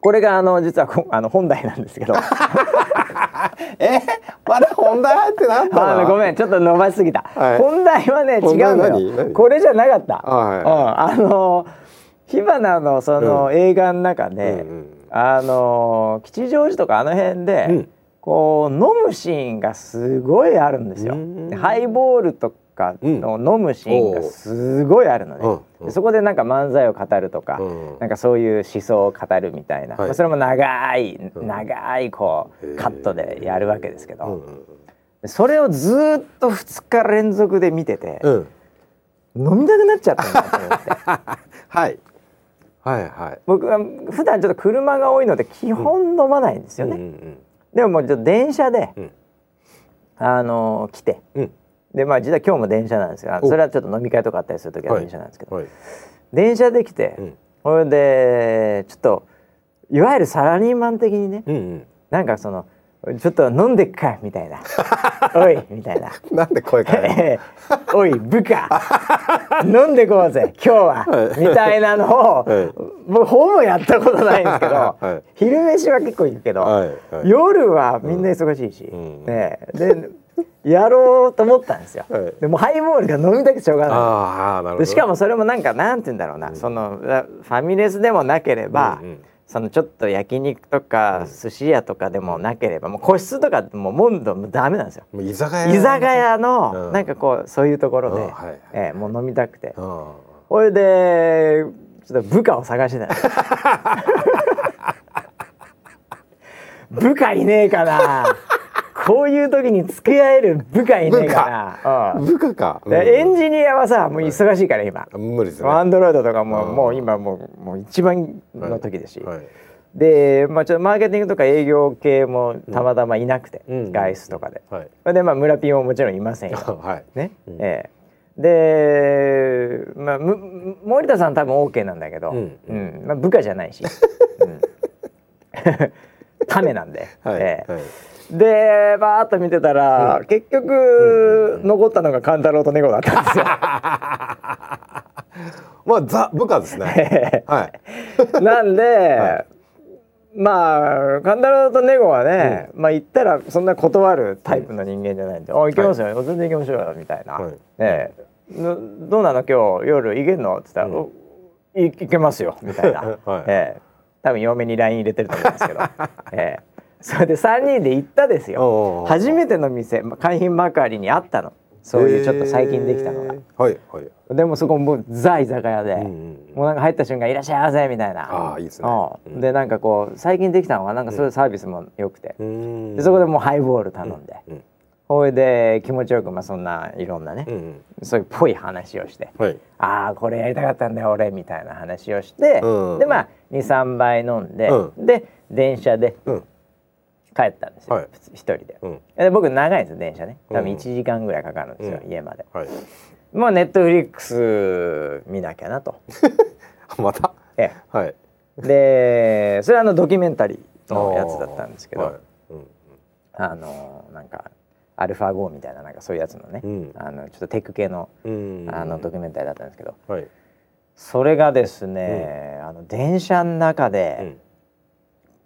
S1: これがあの実はこあの本題なんですけど。あ
S2: えまだ本題入ってなかった
S1: の
S2: な
S1: ごめんちょっと伸ばしすぎた。
S2: はい
S1: 本題はね違う
S2: 本題
S1: の
S2: 何
S1: よ。
S2: 何
S1: これじゃなかった。
S2: は
S1: うんあの火花のその映画の中で。
S2: うんうん
S1: あのー吉祥寺とかあの辺で、
S2: うん
S1: こう飲むシーンがすごいあるんですよ。
S2: うん
S1: でハイボールとかの飲むシーンがすごいあるのね。
S2: うんうん
S1: でそこでなんか漫才を語るとか、
S2: うん
S1: なんかそういう思想を語るみたいな、
S2: はい
S1: まあそれも長い、
S2: ん
S1: 長いこうカットでやるわけですけ
S2: うん
S1: ど、でそれをずーっと2日連続で見てて、
S2: うん うん
S1: 飲みたくなっちゃったなと思 って。
S2: はいはいはい
S1: 僕は普段ちょっと車が多いので基本飲まないんですよね。
S2: うん
S1: でももうちょっと電車で、
S2: うん
S1: あのー来て
S2: うん
S1: でまあ実は今日も電車なんですが
S2: お
S1: それはちょっと飲み会とかあったりする時は
S2: はい
S1: 電車なんですけど、
S2: はい
S1: 電車で来て、
S2: うん
S1: それでちょっといわゆるサラリーマン的にね
S2: うんうん
S1: なんかそのちょっと飲んでっかみ たいな「おい」みたいな
S2: なんで声変え る
S1: えーおい部下飲んでこうぜ今日は、
S2: はい
S1: みたいなのを、
S2: はい
S1: もうほぼやったことないんですけど、
S2: はい
S1: 昼飯は結構行くけど、
S2: はいはい
S1: 夜はみんな忙しいし、
S2: ん
S1: ねえでやろうと思ったんですよ。
S2: はい
S1: でもうハイボールが飲みたくてしょうがない。
S2: ああなる
S1: で
S2: ほど
S1: しかもそれもなんかなんて言うんだろうな、そのファミレスでもなければ、
S2: うんうん
S1: そのちょっと焼肉とか寿司屋とかでもなければ、もう個室とかもうモンドもうダメなんですよ。
S2: もう居酒屋
S1: 居酒屋の
S2: うん
S1: なんかこうそういうところで、
S2: うんはいはい
S1: ええもう飲みたくて
S2: う、ん
S1: ほいでちょっと部下を探してたんです部下いねえかなこういう時に付き合える部下いねえかな、うん
S2: 部下かうん
S1: でエンジニアはさもう忙しいから今、
S2: 無理ですね
S1: アンドロイドとかも,、
S2: うん
S1: もう今もうもう一番の時ですし、
S2: はい
S1: で、まあ、ちょっとマーケティングとか営業系もたまたまいなくて、
S2: うん
S1: 外出とかで、
S2: はい
S1: で、まあ、村ピンももちろんいませんよ
S2: はい
S1: ね、ええで、まあ、むむ森田さん多分 OK なんだけど、う
S2: うんん
S1: まあ、部下じゃない し、うん、 ためなんで、
S2: はい
S1: ええ
S2: はい
S1: でバーッと見てたら、結局、残ったのが勘太郎と猫だったん ですよ。
S2: まあザ部下ですね はい
S1: なんで、まあ勘太郎と猫はね、まあ言ったらそんな断るタイプの人間じゃないんで「あ行きますよ、全然行きましょうよ」みたいな「
S2: はい
S1: ねえのどうなの今日夜行けんの?」って言ったら「おい行けますよ」みたいな、
S2: はい
S1: ええ多分嫁に LINE 入れてると思うんですけ ど、ええそれで3人で行ったです
S2: おうおうお
S1: よ
S2: う
S1: 初めての店海浜幕張にあったのそういうちょっと最近できたのが。
S2: えーはいはい
S1: でもそこもうザ居酒屋で、
S2: んうんうん
S1: もうなんか入った瞬間「いらっしゃいませ」みたいな
S2: あーいいですね
S1: うんでなんかこう最近できたのはなんかそういうサービスも良くて、
S2: うーん
S1: でそこでもうハイボール頼んで、
S2: うんうん
S1: ほいで気持ちよくまあそんないろんなね、
S2: うんうん
S1: そういうっぽい話をして「
S2: はい
S1: ああこれやりたかったんだよ俺」みたいな話をして、
S2: うん
S1: でまあ23杯飲んで、
S2: う
S1: で電車で
S2: うん
S1: 帰ったんですよ、
S2: はい
S1: 一人で。
S2: うん
S1: で僕長いんですよ電車ね多分
S2: うん
S1: 1時間ぐらいかかるんですよ、
S2: うん
S1: 家まで。
S2: はい
S1: まあネットフリックス見なきゃなと。
S2: また
S1: え
S2: はい
S1: えでそれはあのドキュメンタリーのやつだったんですけど、
S2: はいうん
S1: あのなんかアルファ5みたいななんかそういうやつのね、
S2: うん
S1: あのちょっとテック系の
S2: うん
S1: あのドキュメンタリーだったんですけど、
S2: はい、
S1: それがですね、あの電車の中
S2: う
S1: で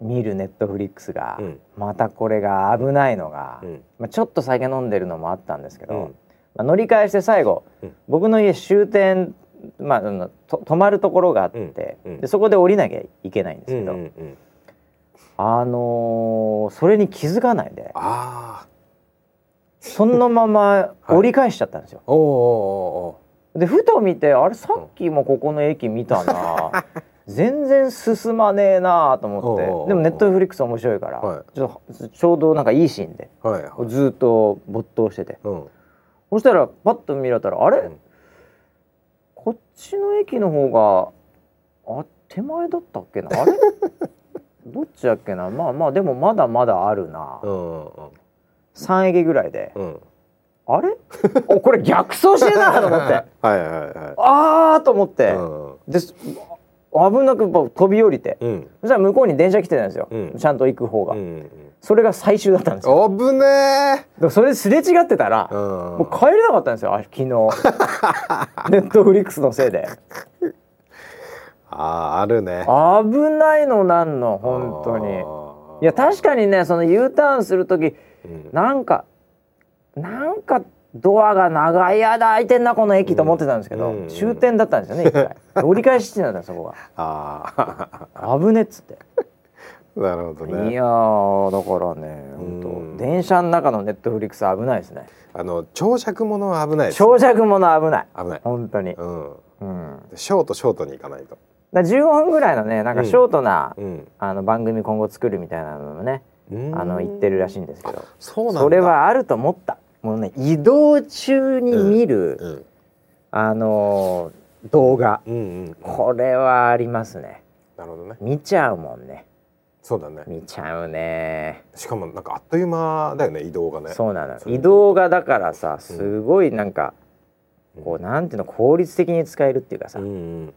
S2: ん
S1: 見るネットフリックスが、
S2: うん
S1: またこれが危ないのが、
S2: うん
S1: まあ、ちょっと酒飲んでるのもあったんですけど、
S2: うん
S1: まあ、乗り換えして最後、
S2: うん
S1: 僕の家終点、まあ、あのと泊まるところがあって、
S2: うんうん
S1: でそこで降りなきゃいけないんです
S2: う
S1: け
S2: んう
S1: ど、
S2: んうん、
S1: あのーそれに気づかないで
S2: ああ
S1: そのまま折り返しちゃったんですよ。
S2: おーお
S1: でふと見てあれさっきもここの駅見たな全然進まねえなと思って
S2: おうおうおう
S1: でもネットフリックス面白いから、
S2: は
S1: ちょっとちょうどなんかいいシーンで
S2: ーおーはいはい
S1: ずーっと没頭してて
S2: うん
S1: そしたらパッと見られたらあれ、
S2: うん
S1: こっちの駅の方があ手前だったっけなあ れどっちだっけなまあまあでもまだまだあるな、
S2: うんうん
S1: 3駅ぐらいで、
S2: うん
S1: あれ おこれ逆走してるなと思 って
S2: はいはいは
S1: あーと思って
S2: い、うん
S1: です危なくやっぱ飛び降りて、
S2: うん
S1: そしたら向こうに電車来てたんですよ、
S2: うん
S1: ちゃんと行く方が、
S2: うん
S1: それが最終だったんですよ
S2: おぶねえ
S1: だからそれすれ違ってたら、
S2: うん
S1: もう帰れなかったんですよあ昨 日ネットフリックスのせいで
S2: あーあるね
S1: 危ないのなんの本当にいや確かにねその U ターンする時
S2: に、うん
S1: なんかなんかドアが長い間開いてんなこの駅と思ってたんですけど、
S2: うんうん
S1: 終点だったんですよね一回 折り返し地点だったんですそこ
S2: あ
S1: が危ねっつって、
S2: あなるほど
S1: い
S2: ね
S1: やーだからね
S2: う
S1: 本
S2: ん
S1: 当電車の中のネットフリックス危ないですね
S2: あの長尺ものは危ないです
S1: 長尺もの危ない
S2: 危ない
S1: 本当に、
S2: うん
S1: うん、
S2: ショートショートに行かないと
S1: だから15分ぐらいのねなんかショートな、
S2: うん
S1: あの番組今後作るみたいなのもねあの言ってるらしいんですけど
S2: そうなんだ
S1: それはあると思ったもうね移動中に見る、
S2: うん
S1: あのー動画
S2: うんうん
S1: これはありますね
S2: なるほどね
S1: 見ちゃうもんね
S2: そうだね
S1: 見ちゃうね
S2: しかもなんかあっという間だよね移動がね
S1: そうなのよ
S2: そう
S1: 移動がだからさすごいなんか、
S2: うん
S1: こうなんていうの効率的に使えるっていうかさ、
S2: うんうんうん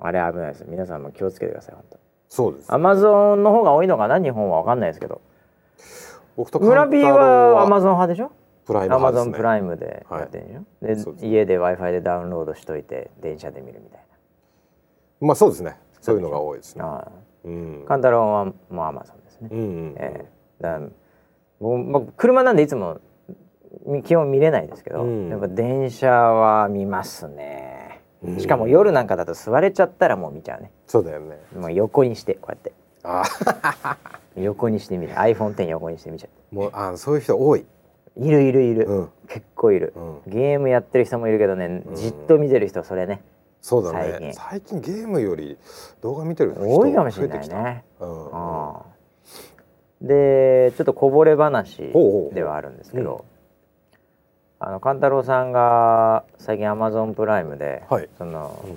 S1: あれ危ないです皆さんも気をつけてください本当。
S2: そうです
S1: アマゾンの方が多いのかな日本は分かんないですけど
S2: 僕と
S1: 村
S2: 勘
S1: ピ
S2: 太
S1: ー
S2: 郎
S1: はアマ
S2: は
S1: ゾン派でしょ
S2: プライム
S1: アマゾ
S2: 派です
S1: ン
S2: ね
S1: プライムでやってんじゃん、で
S2: そうです
S1: 家で w i f i でダウンロードしといて電車で見るみたい
S2: まあそうですねそういうのが多いですね
S1: な、あ
S2: うん
S1: あカンタロウはもうアマゾンですね、
S2: うんうん
S1: ええだから僕まあ車なんでいつもみ基本見れないですけど、
S2: うん
S1: やっぱ電車は見ますね
S2: うん
S1: しかも夜なんかだと座れちゃったらもう見ちゃうね
S2: そうだよね
S1: もう横にしてこうやって
S2: あー
S1: 横にして見る iPhone10 横にして見ちゃ
S2: もうあーそういう人多いう
S1: いるいるいる、
S2: うん
S1: 結構いる、
S2: うん
S1: ゲームやってる人もいるけどね
S2: うん
S1: じっと見てる人それね
S2: そうだね
S1: 最近
S2: 最近ゲームより動画見てる人
S1: 多いかもしれな
S2: 増えて
S1: い
S2: きた
S1: ね
S2: うんうん
S1: うんでちょっとこぼれ話
S2: ほうほうほう
S1: ではあるんですけどあの勘太郎さんが最近アマゾンプライムで、
S2: はい
S1: その、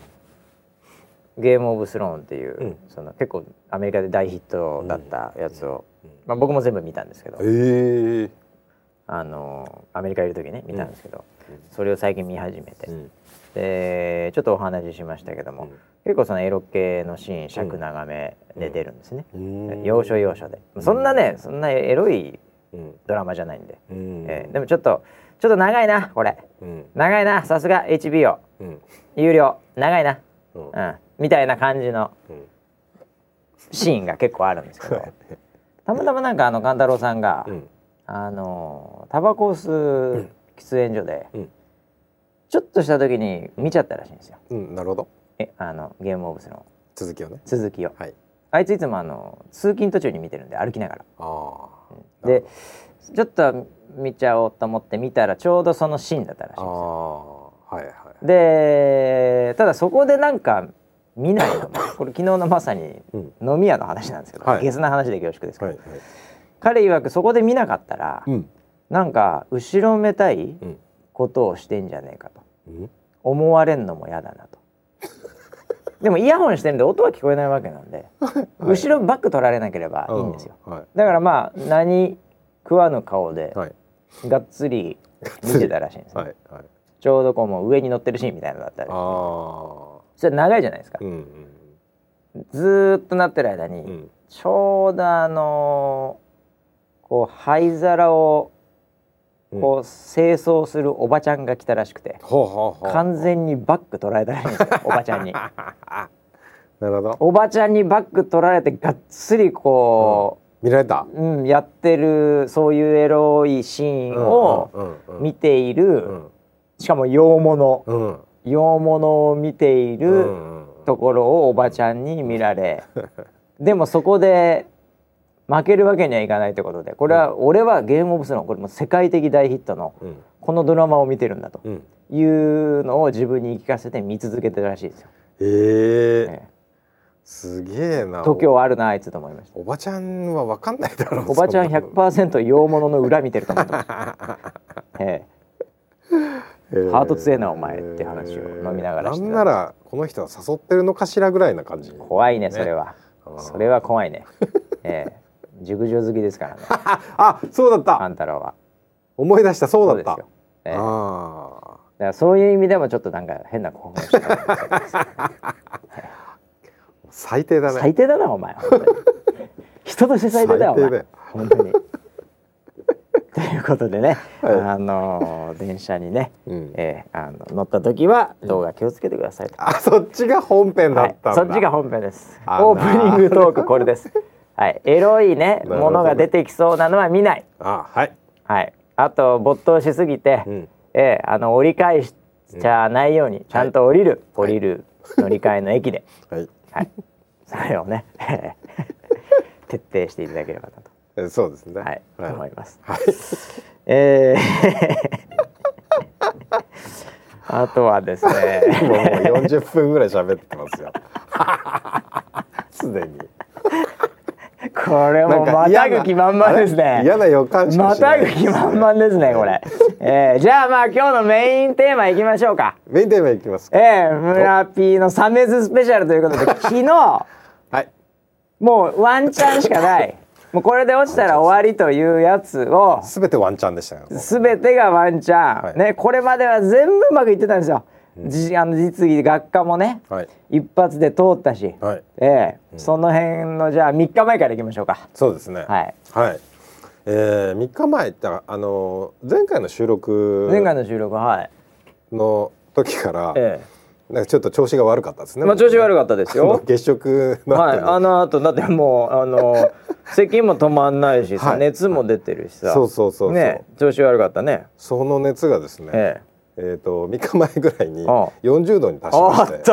S1: ゲーム・オブ・スローンっていう、
S2: うん
S1: その結構アメリカで大ヒットだったやつを、
S2: うん
S1: まあ、僕も全部見たんですけど、
S2: え
S1: あのアメリカいる時ね見たんですけど、
S2: うんうん
S1: それを最近見始めて、
S2: えうん
S1: でちょっとお話ししましたけども、
S2: うん
S1: 結構そのエロ系のシーン尺長めで出るんですね、
S2: うん
S1: 要所要所でそんなねそんなエロい
S2: うん
S1: ドラマじゃないんで、
S2: うん
S1: えーでもちょっとちょっと長いなこれ
S2: うん
S1: 長いなさすが HBO
S2: うん
S1: 有料長いな、
S2: うん
S1: うん、みたいな感じの
S2: うん
S1: シーンが結構あるんですけど
S2: はい
S1: たまたまなんかあの勘太郎さんが、
S2: うん
S1: あのータバコを吸う喫煙所で、
S2: うん
S1: ちょっとした時に見ちゃったらしいんですよ
S2: うんなるほど
S1: えあのゲームオブスの
S2: 続きをね
S1: 続きを
S2: はい
S1: あいついつもあの通勤途中に見てるんで歩きながら。
S2: ああ
S1: でちょっと見ちゃおうと思って見たらちょうどそのシーンだったらしい
S2: あ
S1: んですよ
S2: あはいはい
S1: でただそこでなんか見ない のもこれ昨日のまさに
S2: うん
S1: 飲み屋の話なんですけど、
S2: はい
S1: ゲスな話で恐縮ですけど、
S2: はいはい
S1: 彼曰くそこで見なかったら、
S2: うん
S1: なんか後ろめたい
S2: うん
S1: ことをしてんじゃねえかと
S2: うん
S1: 思われんのも嫌だなと でもイヤホンしてるんで音は聞こえないわけなんで、後ろバック取られなければいいんですよ、
S2: はい
S1: だからまあ何食わぬ顔で、
S2: はい
S1: がっつり見てたらしいんです、ね
S2: はいはい
S1: ちょうどこうもう上に乗ってるシーンみたいなのだったり
S2: ああ
S1: それ長いじゃないですか
S2: う、ん
S1: ずーっとなってる間に、
S2: うんうん
S1: ちょうどあのーこう灰皿を
S2: うん
S1: こう清掃するおばちゃんが来たらしくて、
S2: ほうほうほう
S1: 完全にバッグ取られたらしいんですよおばちゃんに。
S2: なるほど
S1: おばちゃんにバッグ取られてがっつりこ
S2: 見られた
S1: う、うんやってるそういうエロいシーンを
S2: うんうんうん
S1: 見ている、
S2: うん
S1: しかも洋物
S2: うんうん
S1: 洋物を見ている。
S2: うん
S1: ところをおばちゃんに見ら れでもそこで負けるわけにはいかないということでこれは俺は「ゲームオブスローン」これもう世界的大ヒットの
S2: うん
S1: このドラマを見てるんだと
S2: うん
S1: いうのを自分に言い聞かせて見続けてるらしいですよ。
S2: えー
S1: ええ
S2: すげえな
S1: 度胸あるなあいつと思いました。
S2: おばちゃんはわかんないだろう
S1: おばちゃん
S2: そなの
S1: 100%洋物の裏見てると思ってました。 えハート強えなお前って話を飲みながらして
S2: な
S1: た
S2: んならこの人は誘ってるのかしらぐらいな感じ
S1: え、怖いねそれは、
S2: うん
S1: それは怖いね。ええ、熟女好きですからね
S2: あそうだった
S1: あんたらは。
S2: 思い出したそうだ
S1: で
S2: っ
S1: す
S2: た
S1: よ。ええ
S2: あ
S1: だからそういう意味でもちょっとなんか変な興奮してた
S2: ー最低だね
S1: 最低だなお前本当に人として最低だよお
S2: 最低だ
S1: 前
S2: よ
S1: 本当に。 ということでね、
S2: はい
S1: あのー電車にね、
S2: うん
S1: えーあの乗った時は動画気をつけてくださいと、
S2: あそっちが本編だ
S1: は
S2: っ
S1: い
S2: たんだ、
S1: そっちが本編です
S2: あな
S1: オープニングトークこれですはいエロいね
S2: るほど
S1: ものが出てきそうなのは見ない
S2: あはい
S1: はいあと没頭しすぎて、
S2: うん
S1: えーあの折り返しちゃないように、ちゃんと降りる、降りる乗り換えの駅で
S2: はい
S1: はい、それをね 徹底していただければなと、
S2: えそうですね
S1: はい
S2: はい
S1: 思います。
S2: はい
S1: えー あとはです
S2: 今
S1: ね
S2: もう40分ぐらい喋ってますよ すでに
S1: これもまたぐ気満々です
S2: あれ
S1: ね
S2: 嫌な予感しか
S1: ま
S2: しな
S1: た
S2: い
S1: ぐ気満々ですねこれ、えーじゃあまあ今日のメインテーマいきましょうか
S2: メインテーマいきますか
S1: えー、村ピーのサメズスペシャルという ことで昨日
S2: はい
S1: もうワンチャンしかないもうこれで落ちたら終わりというやつを
S2: すべてワンチャンでしたよ
S1: すべてがワンチャン、
S2: はい
S1: ね、これまでは全部うまくいってたんですよ、じあの実技学科もね、
S2: はい
S1: 一発で通ったし、
S2: はい
S1: ええその辺のじゃあ3日前からいきましょうか
S2: そうですね
S1: はい
S2: はい、えー、3日前ってあの前回の収録
S1: 前回の収録ははい、
S2: の時から、
S1: え
S2: なんかちょっと調子が悪かったです
S1: え
S2: ね、
S1: まあ、調子悪かった です
S2: あの
S1: よ
S2: 月食の後
S1: はい
S2: に、
S1: あのあとだってもうあ の咳も止まんないしさ、
S2: はい
S1: 熱も出てるしさ
S2: そうそうそうそう
S1: ね調子悪かったね
S2: その熱がですね、
S1: ええ
S2: えー、と3日前ぐらいに
S1: ああ
S2: 40度に達し
S1: お
S2: ま
S1: っ
S2: して
S1: と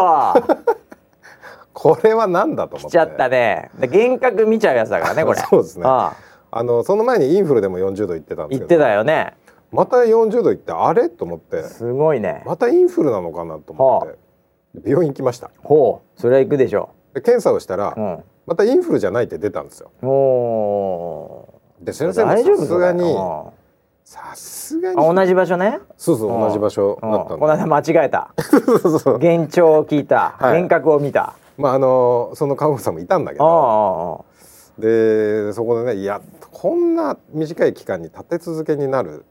S2: これは何だと思って
S1: 来ちゃったねで幻覚見ちゃうやつだからね これ
S2: そうですね
S1: ああ
S2: あのその前にインフルでも40度いってたんです
S1: 言っ
S2: け
S1: て
S2: ど
S1: たよね
S2: また40度いってあれと思って
S1: すごいね
S2: またインフルなのかなと思って、病院行きました
S1: ほうそれは行くでしょ
S2: で検査をしたら、
S1: う、うん、
S2: またインフルじゃないって出たんですよ
S1: お
S2: で先
S1: ー
S2: 生も
S1: 大丈夫
S2: さすがに
S1: あ
S2: さすがに
S1: 同じ場所ね
S2: そうそう
S1: うん
S2: 同じ場所
S1: う
S2: だ
S1: ん
S2: った
S1: この
S2: んで
S1: 間間違えた
S2: そうそうそう
S1: 幻聴を聞いた、
S2: はい
S1: 幻覚を見た
S2: まああのその看護婦さんもいたんだけ
S1: あ
S2: ど
S1: あ
S2: でそこでねいやこんな短い期間に立て続けになる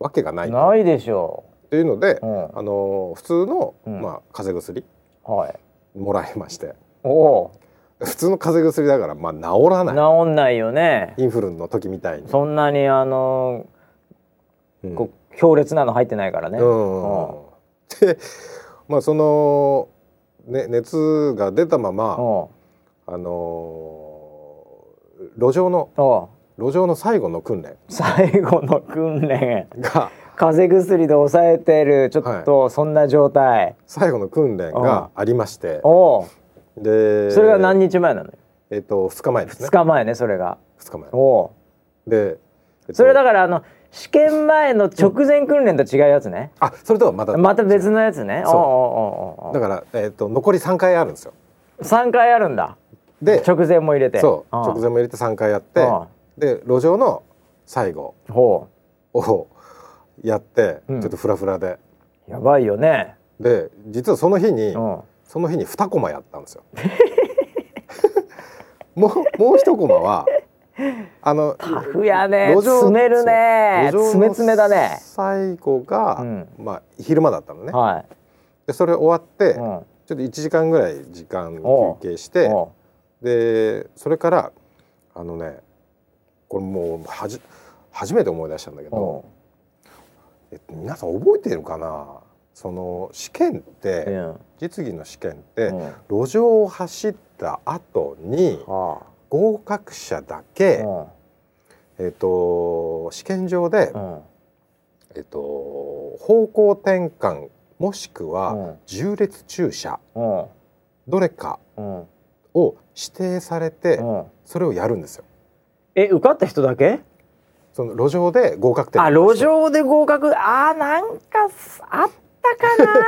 S2: わけがないっ
S1: ないでしょ
S2: ていうので、
S1: うん
S2: あの普通の、
S1: うん
S2: まあ風邪薬
S1: うはい
S2: もらいまして
S1: おお
S2: 普通の風邪薬だからまあ治らない
S1: 治んないよね
S2: インフルの時みたいに、
S1: そんなにあの
S2: うん
S1: こう強烈なの入ってないからね、
S2: うんでまあその、ね、熱が出たまま、
S1: お
S2: あのー路上の
S1: うおう
S2: 路上の最後の訓練
S1: 最後の訓練
S2: が
S1: 風邪薬で抑えてるちょっとそんな状態、
S2: 最後の訓練がありまして
S1: おお
S2: で
S1: それが何日前なのよ
S2: えっと2日前ですね
S1: 2日前ねそれが
S2: 2日前
S1: おおう
S2: で、えっと
S1: それだからあの試験前の直前訓練と違うやつね、
S2: あそれとはまだ
S1: また別のやつねお
S2: そう
S1: うおうおうおう
S2: だから、えっと残り3回あるんですよ
S1: 3回あるんだ
S2: で
S1: 直前も入れて
S2: そう
S1: ああ
S2: 直前も入れて3回やって
S1: ああ
S2: で路上の最後
S1: ほ
S2: をやって、
S1: うん
S2: ちょっとフラフラで
S1: うやばいよね
S2: で実はその日に
S1: うん
S2: その日に2コマやったんですよ もうもう一コマはあの
S1: タフやね詰めるね
S2: そう
S1: 詰め詰めだね
S2: 最後が、
S1: うん
S2: まあ昼間だったのね
S1: は
S2: でそれ終わって、
S1: い、
S2: ち
S1: う
S2: ょっ
S1: ん、
S2: と1時間ぐらい時間
S1: おう
S2: 休憩して
S1: おう
S2: でそれからあのねここれもうはじ初めて思い出したんだけ
S1: おう
S2: ど、えっと、皆さん覚えてるかなその試験って、
S1: うん
S2: 実技の試験っ
S1: う
S2: て、
S1: ん
S2: 路上を走った後に
S1: は
S2: 合格者だ
S1: あ
S2: け、
S1: うん
S2: えっと、試験場で、
S1: うん
S2: えっと、方向転換もしく
S1: う
S2: は
S1: ん
S2: 縦列駐車
S1: うん
S2: どれか
S1: うん
S2: を指定されて、
S1: うん
S2: それをやるんですよ。
S1: え受かった人だけ
S2: その路上で合格点
S1: あ路上で合格あーなんかすあったか な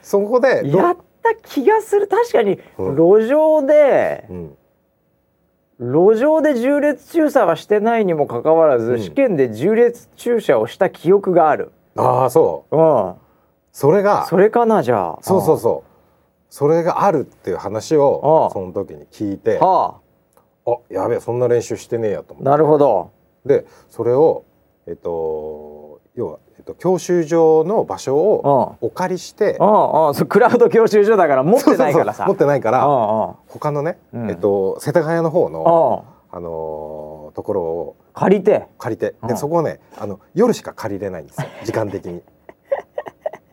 S2: そこでど
S1: やった気がする確かに
S2: うん
S1: 路上で
S2: うん、
S1: 路上で縦列駐車はしてないにもかかわらず、
S2: うん
S1: 試験で縦列駐車をした記憶がある
S2: ああそう
S1: うん
S2: それが
S1: それかなじゃあ
S2: そうそうそうそれがあるっていう話
S1: あ
S2: を
S1: あ
S2: その時に聞いてあ
S1: は
S2: やべえそんな練習してねえやと
S1: あ
S2: 思っ
S1: なるほど
S2: てでそれをえっと要は、えっと、教習所の場所
S1: う
S2: を
S1: ん
S2: お借りして
S1: うんうんそうクラウド教習所だから持ってないからさ
S2: そうそうそう持ってないか
S1: う
S2: ら他のね、
S1: うん
S2: えっと、世田谷の方
S1: ん
S2: の、
S1: うんうん
S2: あのーところを
S1: 借りて
S2: 借りて
S1: う
S2: で
S1: ん
S2: そこをねあの夜しか借りれないんですよ時間的 に。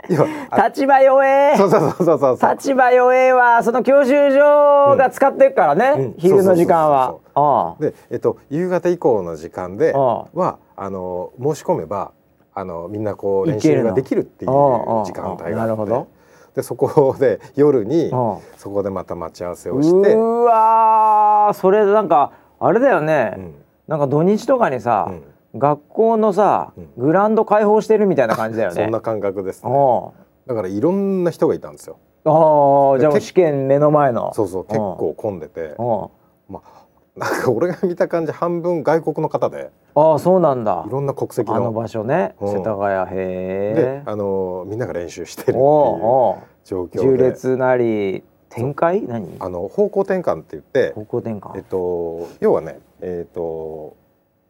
S2: 要はあ
S1: 立場弱え
S2: そうそうそうそうそうそう
S1: 立場弱えわその教習所が使ってっからね、
S2: うんうん
S1: 昼の時間
S2: そ
S1: は
S2: うそう
S1: あ
S2: で、えっと、夕方以降の時間で
S1: ああ
S2: はあの申し込めばあのみんなこう練
S1: いける
S2: 習
S1: の
S2: ができるっていう
S1: ああ
S2: 時間帯
S1: ああ
S2: が
S1: な
S2: あ
S1: る
S2: っ
S1: ほ
S2: て
S1: ど
S2: でそこで夜に
S1: あ
S2: そこでまた待ち合わせ
S1: う
S2: をして、うん
S1: ーわーそれなんかあれだよね、なんか土日とかにさ、
S2: うん
S1: 学校のさ、
S2: うん
S1: グラウンド開放してるみたいな感じだよね
S2: そんな感覚です、ね、
S1: お
S2: だからいろんな人がいたんですよ
S1: あーじゃあもう
S2: で
S1: 試験目の前の
S2: そうそう結構混んでて
S1: お
S2: まあなんか俺が見た感じ半分外国の方で
S1: ああそうなんだ
S2: いろんな国籍
S1: あの
S2: の
S1: 場所ね
S2: うん
S1: 世田谷へ
S2: で
S1: え
S2: あのみんなが練習してるってい
S1: お
S2: う
S1: うおう
S2: 状況
S1: 縦
S2: で
S1: 列なり展開何
S2: あの方向転換って言って
S1: 方向転換
S2: えっと、要はね、えっと、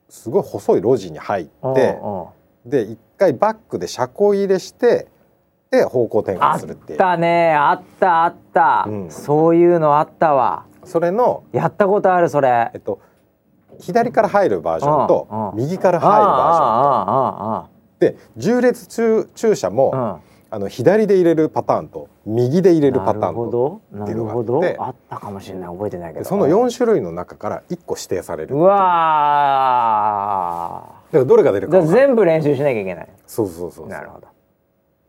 S2: すごい細い路地に入っ
S1: うん
S2: て
S1: うん
S2: で一回バックで車庫入れしてで方向転
S1: あ
S2: 換するってい
S1: っ
S2: う
S1: たねあったあった、
S2: うん
S1: そういうのあったわ
S2: それの、
S1: やったことあるそれあ
S2: えっと、左から入るバージョン
S1: うん
S2: と
S1: うん
S2: 右から
S1: ああ
S2: 入るバ
S1: あ
S2: ージョンで縦列駐駐車
S1: ああ
S2: も
S1: ああ
S2: あの左で入れるパターンと右で入
S1: う
S2: れ
S1: ん
S2: るパタ
S1: な
S2: ー
S1: るほ
S2: ンと
S1: どな
S2: っていう
S1: る
S2: のがあ
S1: ほ
S2: って
S1: どあったかもしれない覚えてないけ
S2: で
S1: ど
S2: その4種類の中から1個指定される
S1: うわ
S2: だからどれが出る
S1: ーじゃ
S2: か
S1: あ
S2: 分かんない
S1: 全部練習しなきゃいけない
S2: そうそうそうそう
S1: なるほど
S2: っ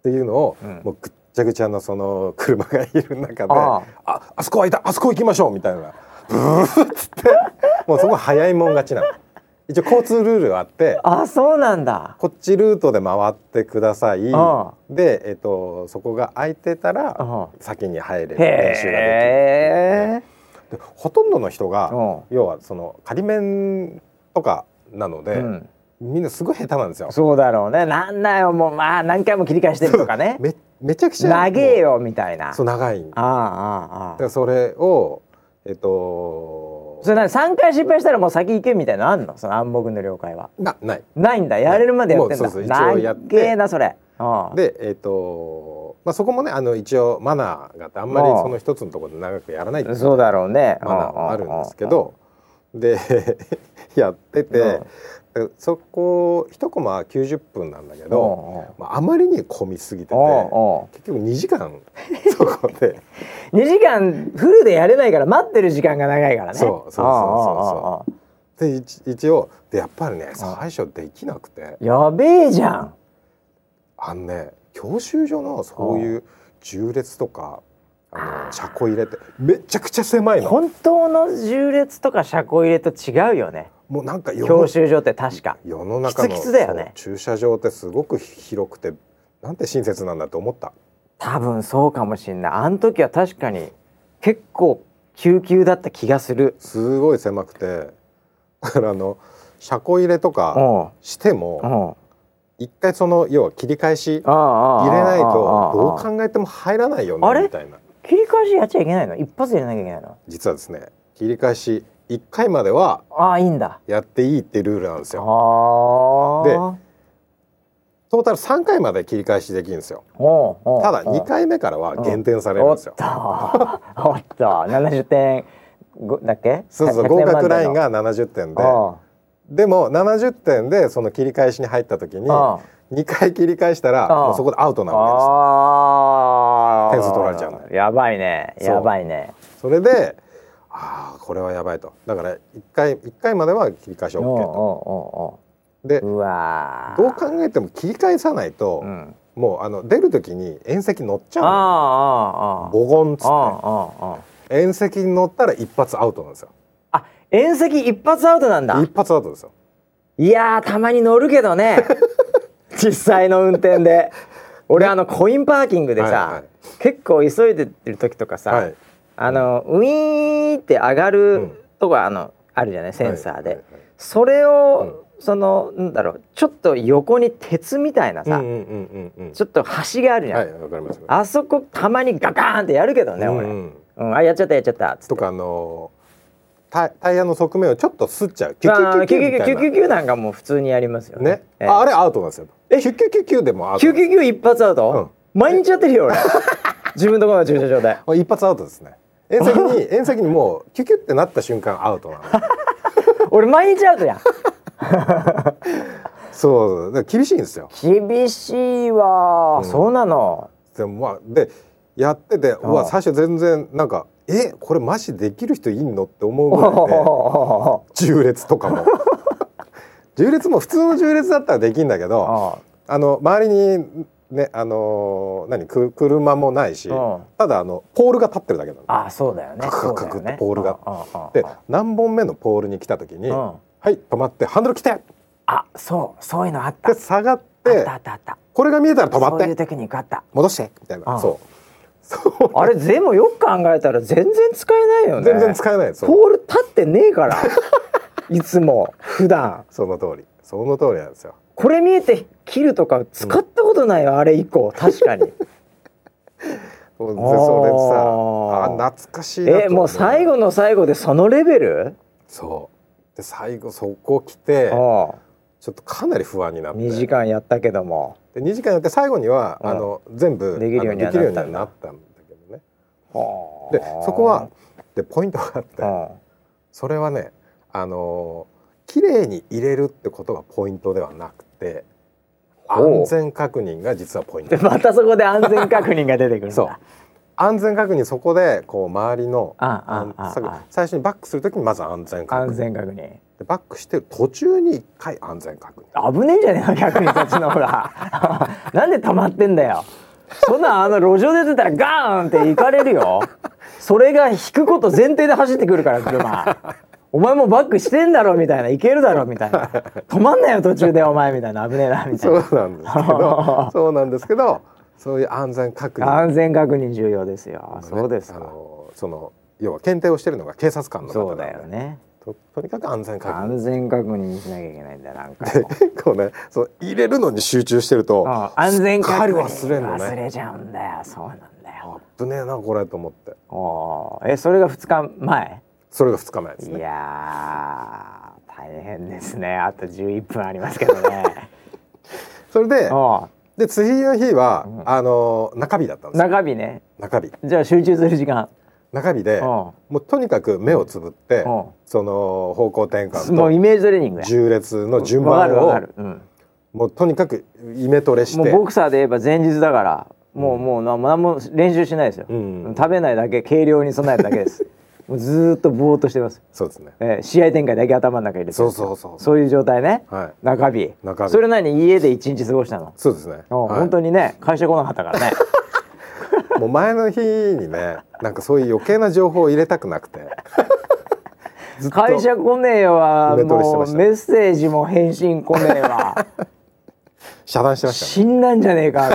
S2: ていうのを、
S1: うん
S2: もうぐっちゃぐちゃのその車がいる中で
S1: あ
S2: ああそこ空いたあそこ行きましょうみたいなブーッつってもうそこは早いもん勝ちなの一応交通ルールがあって
S1: あそうなんだ
S2: こっちルートで回ってください
S1: あ
S2: で、えっとそこが空いてたら
S1: あ
S2: 先に入れる
S1: へ
S2: 練習が
S1: え
S2: できるでほとんどの人が
S1: うん
S2: 要はその仮面とかなので、
S1: うん
S2: みんなすごい下手なんですよ。
S1: そうだろうねなんだよもうまあ何回も切り返してるとかね
S2: めめちゃくちゃ
S1: 長えよみたいな
S2: そう長いん
S1: あああああ
S2: で
S1: あ
S2: それをえっと
S1: それ何3回失敗したらもう先行けみたいなのあんのその暗黙の了解は
S2: なない
S1: ないんだやれるまでやってんだ
S2: もうそうそう一応やって
S1: 長えなそれああ
S2: でえっと、まあ、そこもねあの一応マナーがあってあんまり
S1: うん
S2: その一つのところで長くやらないっていう
S1: そうだろうね
S2: マナーはあるんですけどで やっててでそこ一コマ90分なんだけど、まあ、あまりに混みすぎてて
S1: 2
S2: 結局2時間そこで
S1: 時間フルでやれないから待ってる時間が長いからね
S2: そうそうそうそうそう
S1: あああああ
S2: で一一応でやっぱりね最初できなくて
S1: あやべえじゃん
S2: あのね教習所のそういう縦列とかあの車庫入れってめちゃくちゃ狭いの。
S1: 本当の縦列とか車庫入れと違うよね
S2: もうなんか世の
S1: 教習所って確か
S2: 世の中の
S1: キツキツだよね
S2: そう駐車場ってすごく広くてなんて親切なんだと思った
S1: 多分そうかもしんないあの時は確かに結構救急だった気がする
S2: すごい狭くてだからあの車庫入れと
S1: う
S2: か
S1: んうん
S2: して
S1: う
S2: も
S1: ん
S2: 一回その要は切り返し
S1: 入
S2: 入れないとどう考えても入らないよ
S1: あれ
S2: ねみたいな
S1: 切り返しやっちゃいけないの一発で入れなきゃいけないの
S2: 実はですね切り返し1回までは
S1: ああいいんだ
S2: やっていいってルールなんです
S1: あ
S2: よ
S1: あ
S2: でトータル3回まで切り返しできるんですよた
S1: た
S2: だ2回目からは減点されるん
S1: お
S2: で
S1: っ
S2: す
S1: と
S2: よ
S1: おっと70点ごだっけ
S2: そうそう
S1: 100点
S2: 合
S1: 満
S2: 格
S1: 点の
S2: ラインが70点で
S1: あ
S2: でも70点でその切り返しに入った時に
S1: あ
S2: 2回切り返したら
S1: ああ
S2: もうそこでアウト
S1: あ
S2: なわ
S1: ああ
S2: 点数取られちゃうの
S1: やばいね
S2: そう
S1: やばいね
S2: けですそれでああこれはやばいとだから1回一回までは切り返し
S1: う
S2: OK
S1: んうんうん
S2: とで
S1: うんうわー
S2: どう考えても切り返さないと、
S1: うん
S2: もうあの出る時に縁石乗っち
S1: あ
S2: ゃ
S1: あ
S2: うの
S1: ああああ
S2: ボゴンっつ
S1: あ
S2: っ
S1: あああ
S2: て縁石に乗ったら一発アウトなんですよ
S1: あ遠赤一発アウトなんだ
S2: 一発アウトですよ
S1: いやーたまに乗るけど ね実際の運転で俺あのコインパーキングでさ、
S2: はいはい
S1: 結構急いでる時とかさ、
S2: はい
S1: あのウィーンって上がるとこあのあるじゃないセンサーで、
S2: はいはいはい
S1: それを、そのなんだろうちょっと横に鉄みたいなさ、
S2: うんうんうんうんうん
S1: ちょっと端があるじゃん、
S2: はいわかります
S1: あそこたまにガカーンってやるけどね、
S2: うん
S1: 俺、
S2: う
S1: うん
S2: ん
S1: あやっちゃったやっちゃったっつって
S2: とかあのタイタイヤの側面をちょっとすっちゃうキュ
S1: ま
S2: キ
S1: あ
S2: ュキュキュみたいな
S1: 999なんかもう普通にやりますよね
S2: ね、
S1: ええ
S2: ああれアウトなんですよキュキュキュキュでもアウト
S1: 999一発アウト、毎日やってるよ俺自分のところの駐車場で
S2: あ一発アウトですね縁石に縁石にもうキュキュってなった瞬間アウトなの
S1: 俺毎日アウトやん
S2: そうだから厳しいんですよ
S1: 厳しいわー、そうなの
S2: でもまあでやっててうわ最初全然なんかえこれマジできる人いんのって思うぐ
S1: おお
S2: らいで
S1: お
S2: 縦列とかも縦列も普通の縦列だったらできんだけ
S1: お
S2: ど
S1: お
S2: あの周りにねあのー何く車もないし
S1: うん
S2: ただあのポールが立ってるだけなの。
S1: あそうだよね
S2: カクカクカク
S1: そうだよね
S2: ってポールが
S1: うんうんうん
S2: で何本目のポールに来た時に「
S1: うん
S2: はい止まってハンドル来て!」
S1: あそうそういうのあった
S2: で下がっ
S1: あってたあったあった
S2: これが見えたら止まっ
S1: そういう
S2: て
S1: テクニックあった
S2: 戻してみたい
S1: うん
S2: なそう そう
S1: あれでもよく考えたら全然使えないよね
S2: 全然使えないです
S1: ポール立ってねえからいつも普段
S2: その通りその通りなんですよ
S1: これ見えて切るとか使ったことないよ、あれ以降確かに
S2: そうでそれ
S1: あ
S2: で
S1: ー
S2: さあ懐かしいなと
S1: えもう最後の最後でそのレベル
S2: そうで最後そこ来て
S1: お
S2: ちょっとかなり不安になって
S1: 2時間やったけども
S2: で2時間やって最後には
S1: うん
S2: あの全部
S1: できるようには
S2: あのできるように
S1: なったんだ
S2: はなったんだけどね
S1: で
S2: でそこはでポイントがあってそれはねあのー綺麗に入れるってことがポイントではなくて
S1: ほう
S2: 安全確認が実はポイント
S1: でまたそこで安全確認が出てくるんだ
S2: そう安全確認そこでこう周りの
S1: ああ
S2: 安
S1: あああ
S2: 最初にバックするときにまず安全確認
S1: 安全確認
S2: でバックしてる途中に一回安全確認
S1: 危ねえんじゃねえの逆にそっちのほら なんで溜まってんだよそんなあの路上で出たらガーンって行かれるよそれが引くこと前提で走ってくるから車お前もバックしてんだろみたいないけるだろみたいな止まんなよ途中でお前みたいな危ねえなみたい
S2: そう
S1: な
S2: なんですけどそうなんですけどそういう安全確 認
S1: 安全確認重要ですよそうです
S2: あ
S1: か
S2: のその要は検定をしてるのが警察官の方
S1: そ
S2: な
S1: うん
S2: で
S1: だよね
S2: ととにかく安全確 認
S1: 安全確認しなきゃいけないんだよ なんか
S2: で結構ねそう入れるのに集中してると
S1: うん安全確認
S2: すっかり忘れんのね
S1: 忘れちゃうんだよそうなんだよ
S2: あ危ねえなこれと思って
S1: おーえそれが2日前
S2: それが2日前です
S1: い
S2: ね
S1: やー大変ですねあと11分ありますけどね
S2: それで
S1: お
S2: で次の日は、あの中日だったん
S1: う
S2: ですよ
S1: 中日ね
S2: 中日
S1: じゃあ集中する時間
S2: 中日で
S1: うん
S2: もうとにかく目をつぶって
S1: うん
S2: その方向転
S1: もうイ
S2: 換
S1: メージトレーニング
S2: と
S1: や
S2: 重列の順
S1: わか
S2: 番
S1: るわか
S2: を
S1: る、うん、
S2: もうとにかくイメトレし
S1: もう
S2: て
S1: ボクサーで言えば前日だからもうもうな何も練習しないですよ、
S2: うん
S1: 食べないだけ軽量に備えるだけです もうずーっとぼーっとしてます、
S2: そうですね
S1: えー試合展開だけ頭の中に入れて
S2: そうそうそう
S1: そういう状態ね、
S2: はい
S1: 中日
S2: 中日
S1: それなりに家で一日過ごしたの
S2: そうですね、
S1: うん
S2: はい
S1: 本当にね会社来なかったからね
S2: もう前の日にねなんかそういう余計な情報を入れたくなくてずっと
S1: 会社来ねえよは
S2: イメトレして
S1: も
S2: ま
S1: う
S2: した
S1: メッセージも返信来ねえ わ
S2: 遮断してましたね
S1: 死んだんじゃねえか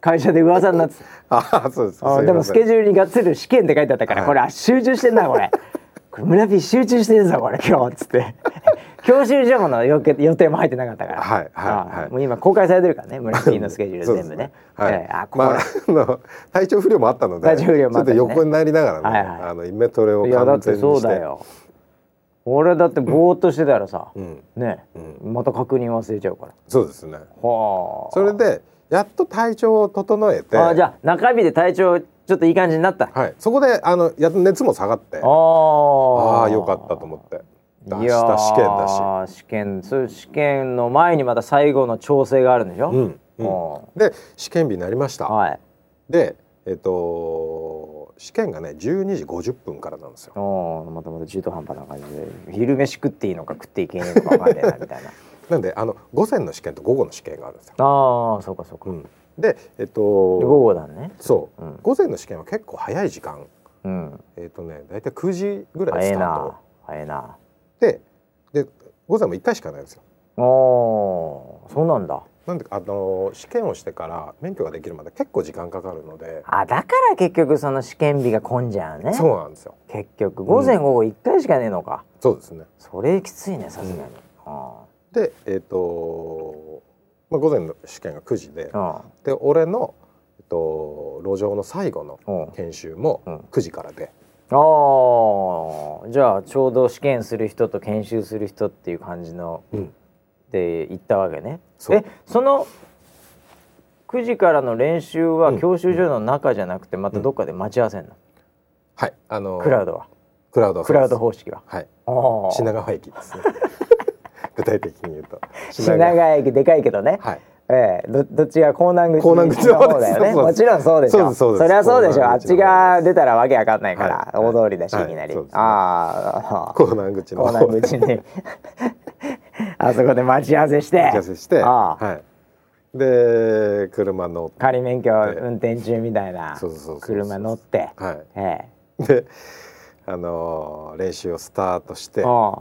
S1: 会社で噂になって
S2: ああそうです
S1: あでもスケ
S2: ュール
S1: ジュールにがっつり試験って書いてあったから、
S2: はい
S1: これあ集中してんなこれこれ村 P 集中してるぞこれ今日っつって教習所の予定予定も入ってなかったから、
S2: はいはいはい
S1: あもう今公開されてるからね村 P のスケジュール全部ね
S2: はい、
S1: ええあこれ、
S2: まああの体調不良もあったので
S1: 体調不良もあったね
S2: ちょっと横になりながらね、
S1: はいはい
S2: あのイメトレを
S1: いやだ
S2: 完
S1: っ
S2: 全
S1: て
S2: にして
S1: そうだよ俺だってぼーっとしてたらさ、
S2: ん
S1: ね、また確認忘れちゃうから
S2: そうですね
S1: はあ
S2: それでやっと体調を整えて
S1: あーじゃあ中日で体調ちょっといい感じになった、あ
S2: はい、そこであのやっと熱も下がって
S1: あ
S2: あ
S1: あ
S2: あよかったと思って明日試験だし
S1: だし試験そういう試験の前にまた最後の調整があるんでしょ、
S2: うんうん
S1: お
S2: で試験日になりました、
S1: はい
S2: でえっと試験がね12時50分からなんですよ
S1: おまたまた中途半端な感じで昼飯食っていいのか食っていけねえのか分かんねえなみた いな
S2: なんであの午前の試験と午後の試験があるんですよ、
S1: ああそうかそうか、
S2: うん、でえっ
S1: で午
S2: と
S1: 後だね
S2: そう、
S1: うん
S2: 午前の試験は結構早い時間
S1: うん
S2: えっとね大体9時ぐらい
S1: 早え
S2: スター
S1: な
S2: ト
S1: 早えな
S2: でで午前も1回しかないんですよ
S1: おおそうなんだ
S2: なんであの試験をしてから免許ができるまで結構時間かかるので、
S1: あだから結局その試験日が混んじゃうね
S2: そうなんですよ
S1: 結局午前午後1回しかねえのか、
S2: そうですね
S1: それきついねさすがに、
S2: うん
S1: あ
S2: でえっ、と、まあ、午前の試験が9時で、
S1: あ
S2: で俺の、えっと、路上の最後の
S1: うんうん
S2: 研修も
S1: うん
S2: 9時からで、
S1: ああじゃあちょうど試験する人と研修する人っていう感じの
S2: うん
S1: で行ったわけね
S2: そう
S1: えその9時からの練習は
S2: うん
S1: 教習所の中じゃなくてまたどっかで待ち合わせんの、
S2: はいあの
S1: クラウドは
S2: クラウドは
S1: ク
S2: そうで
S1: ラウ
S2: す
S1: ド方式は
S2: はい
S1: おー
S2: 品川駅で すね具体的に言うと
S1: 品川駅でかいけどね、
S2: はい
S1: ええどどっちが港南口
S2: 港南口の
S1: の
S2: 方
S1: 方だよね
S2: そう
S1: も
S2: です
S1: ちろんそうでしょ
S2: そうですそうです
S1: そりゃそうでしょあ
S2: 港
S1: っ
S2: 南口の
S1: ち
S2: 方
S1: が出たらわけわかんないから、
S2: はいはい
S1: 大通りだし、
S2: はい
S1: い、きなり、
S2: そうですね
S1: ああ
S2: 港南口の
S1: 港南口 にあそこで待ち合わせして
S2: 打ち合わせして
S1: ああ
S2: はい、で車乗って、
S1: 仮免許運転中みたいな
S2: そうそうそうそう
S1: 車乗って
S2: は
S1: え
S2: い、であのー練習をスタートして
S1: えあ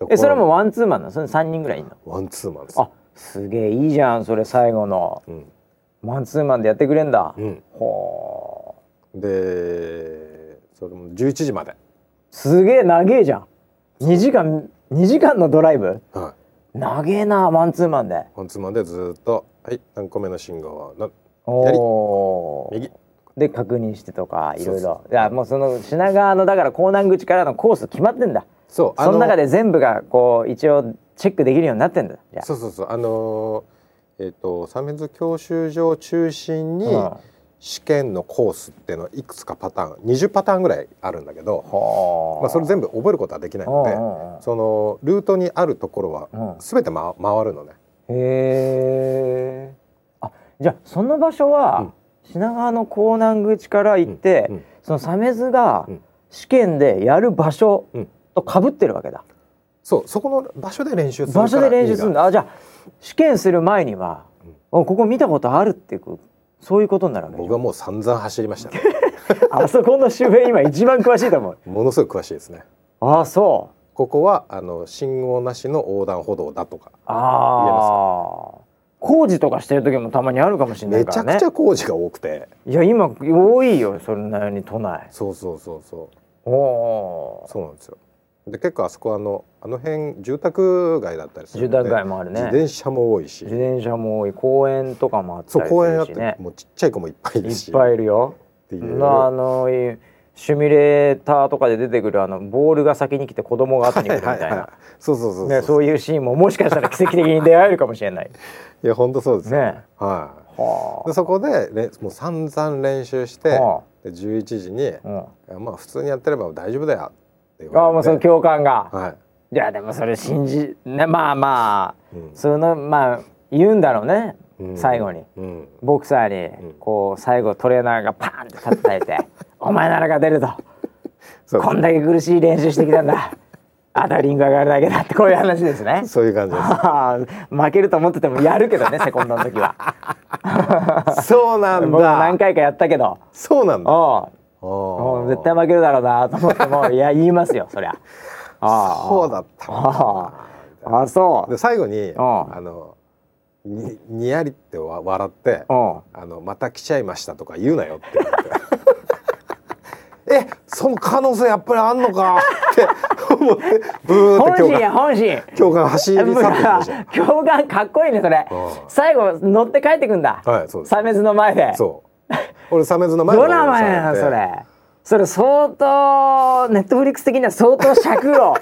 S1: あ
S2: で
S1: えそれもワンツーマンなのそれ3人ぐらいいんの
S2: ワンツーマンですよ
S1: あすげえいいじゃんそれ最後の
S2: うん
S1: マンツーマンでやってくれんだ、
S2: うん、
S1: ほう
S2: でそれも11時まで、
S1: すげえ長えじゃん2時間2時間のドライブ
S2: はい、
S1: 長えなマンツーマンで
S2: ワンツーマンでずーっと「はい何個目の信号はな左
S1: おー
S2: 右
S1: で確認してとかいろい
S2: そう
S1: ろいやもうその品川のだから港南口からのコース決まってんだ」
S2: そうあ
S1: その中で全部がこう一応チェックできるようになってんだじゃあ
S2: そうそうそうあのーえっ、と三面津教習所を中心に、
S1: うん
S2: 試験のコースっていうのはいくつかパターン20パターンぐらいあるんだけど、
S1: は
S2: まあ、それ全部覚えることはできないので、
S1: 部
S2: そのルートにあるところは
S1: うん
S2: 全て、ま、回るのね
S1: へえあじゃあその場所は、
S2: うん
S1: 品川の港南口から行って、
S2: うんうん
S1: その鮫洲が
S2: うん
S1: 試験でやる場所
S2: うん
S1: とかぶってるわけだ、
S2: そうそこの場所で練習するから
S1: 場所で練習するん
S2: だ
S1: だあじゃあ試験する前には、おここ見たことあるっていうそういうことになるわけでし
S2: 僕
S1: ょ
S2: はもう散々走りましたね
S1: あそこの周辺今一番詳しいと思う
S2: ものすごく詳しいですね
S1: ああそう
S2: ここはあの信号なしの横断歩道だとか
S1: ああ工事とかしてる時もたまにあるかもしれな
S2: め
S1: いか
S2: ち
S1: ら
S2: ゃ
S1: ね
S2: くちゃ工事が多くて
S1: いや今多いよそれなりに都内
S2: そうそうそうそう
S1: おお
S2: そうなんですよで結構あそこはあのあの辺住宅街だったりする
S1: 住
S2: ので
S1: 宅街もある
S2: 自
S1: ね
S2: 転車も多いし
S1: 自転車も多い公園とかもあった
S2: そう
S1: り
S2: 公園あっ
S1: する
S2: て、
S1: しね
S2: もうちっちゃい子もいっぱいいるし
S1: いっぱいいるよ
S2: っていう
S1: なあのいシミュレーターとかで出てくるあのボールが先に来て子供が後に来るみたいな、
S2: はいはいはいそうそうそうそう,、
S1: ね、そういうシーンももしかしたら奇跡的に出会えるかもしれない
S2: いや本当そうですよ
S1: ね
S2: はい
S1: は
S2: でそこでれもう散々練習し
S1: あ、
S2: て、
S1: は
S2: で11時に
S1: あうん、あ
S2: 「まあ普通にやってれば大丈夫だよ」って言
S1: あもうその
S2: れて
S1: 共感が、
S2: はい
S1: いやでもそれ信じねまあまあ
S2: うん
S1: そのまあ言うんだろうね、
S2: うん
S1: 最後に
S2: うん
S1: ボクサー
S2: う
S1: に
S2: ん
S1: こう最後トレーナーがパーンって叩いて「お前ならが出るぞ
S2: そう
S1: こんだけ苦しい練習してきたんだあとはリング上がるだけだ」ってこういう話ですね。
S2: そういう感じ
S1: ああ負けると思っててもやるけ どねセコンドの時は
S2: ですそうな
S1: 僕
S2: ん
S1: も何
S2: だ
S1: 回かやったけど
S2: そうなんだ
S1: おう
S2: あー
S1: もう絶対負けるだろうなと思ってもいや言いますよそ りゃああ
S2: そうだったの
S1: あああそう
S2: で最後に
S1: ん
S2: あのににやりってわ笑って
S1: うん
S2: あの「また来ちゃいました」とか言うなよって 言われてえその可能性やっぱりあんのかって思ってブー
S1: 本
S2: って共
S1: 心や
S2: 感
S1: 本心
S2: 共感走り去っていき ましたよ
S1: 教官かっこいいねそれ
S2: うん
S1: 最後乗って帰ってくんだ
S2: はいそうです
S1: サメズの前で
S2: そう俺サメズの前
S1: ドラマやな
S2: で
S1: それそれ相当ネットフリックス的には相当尺 を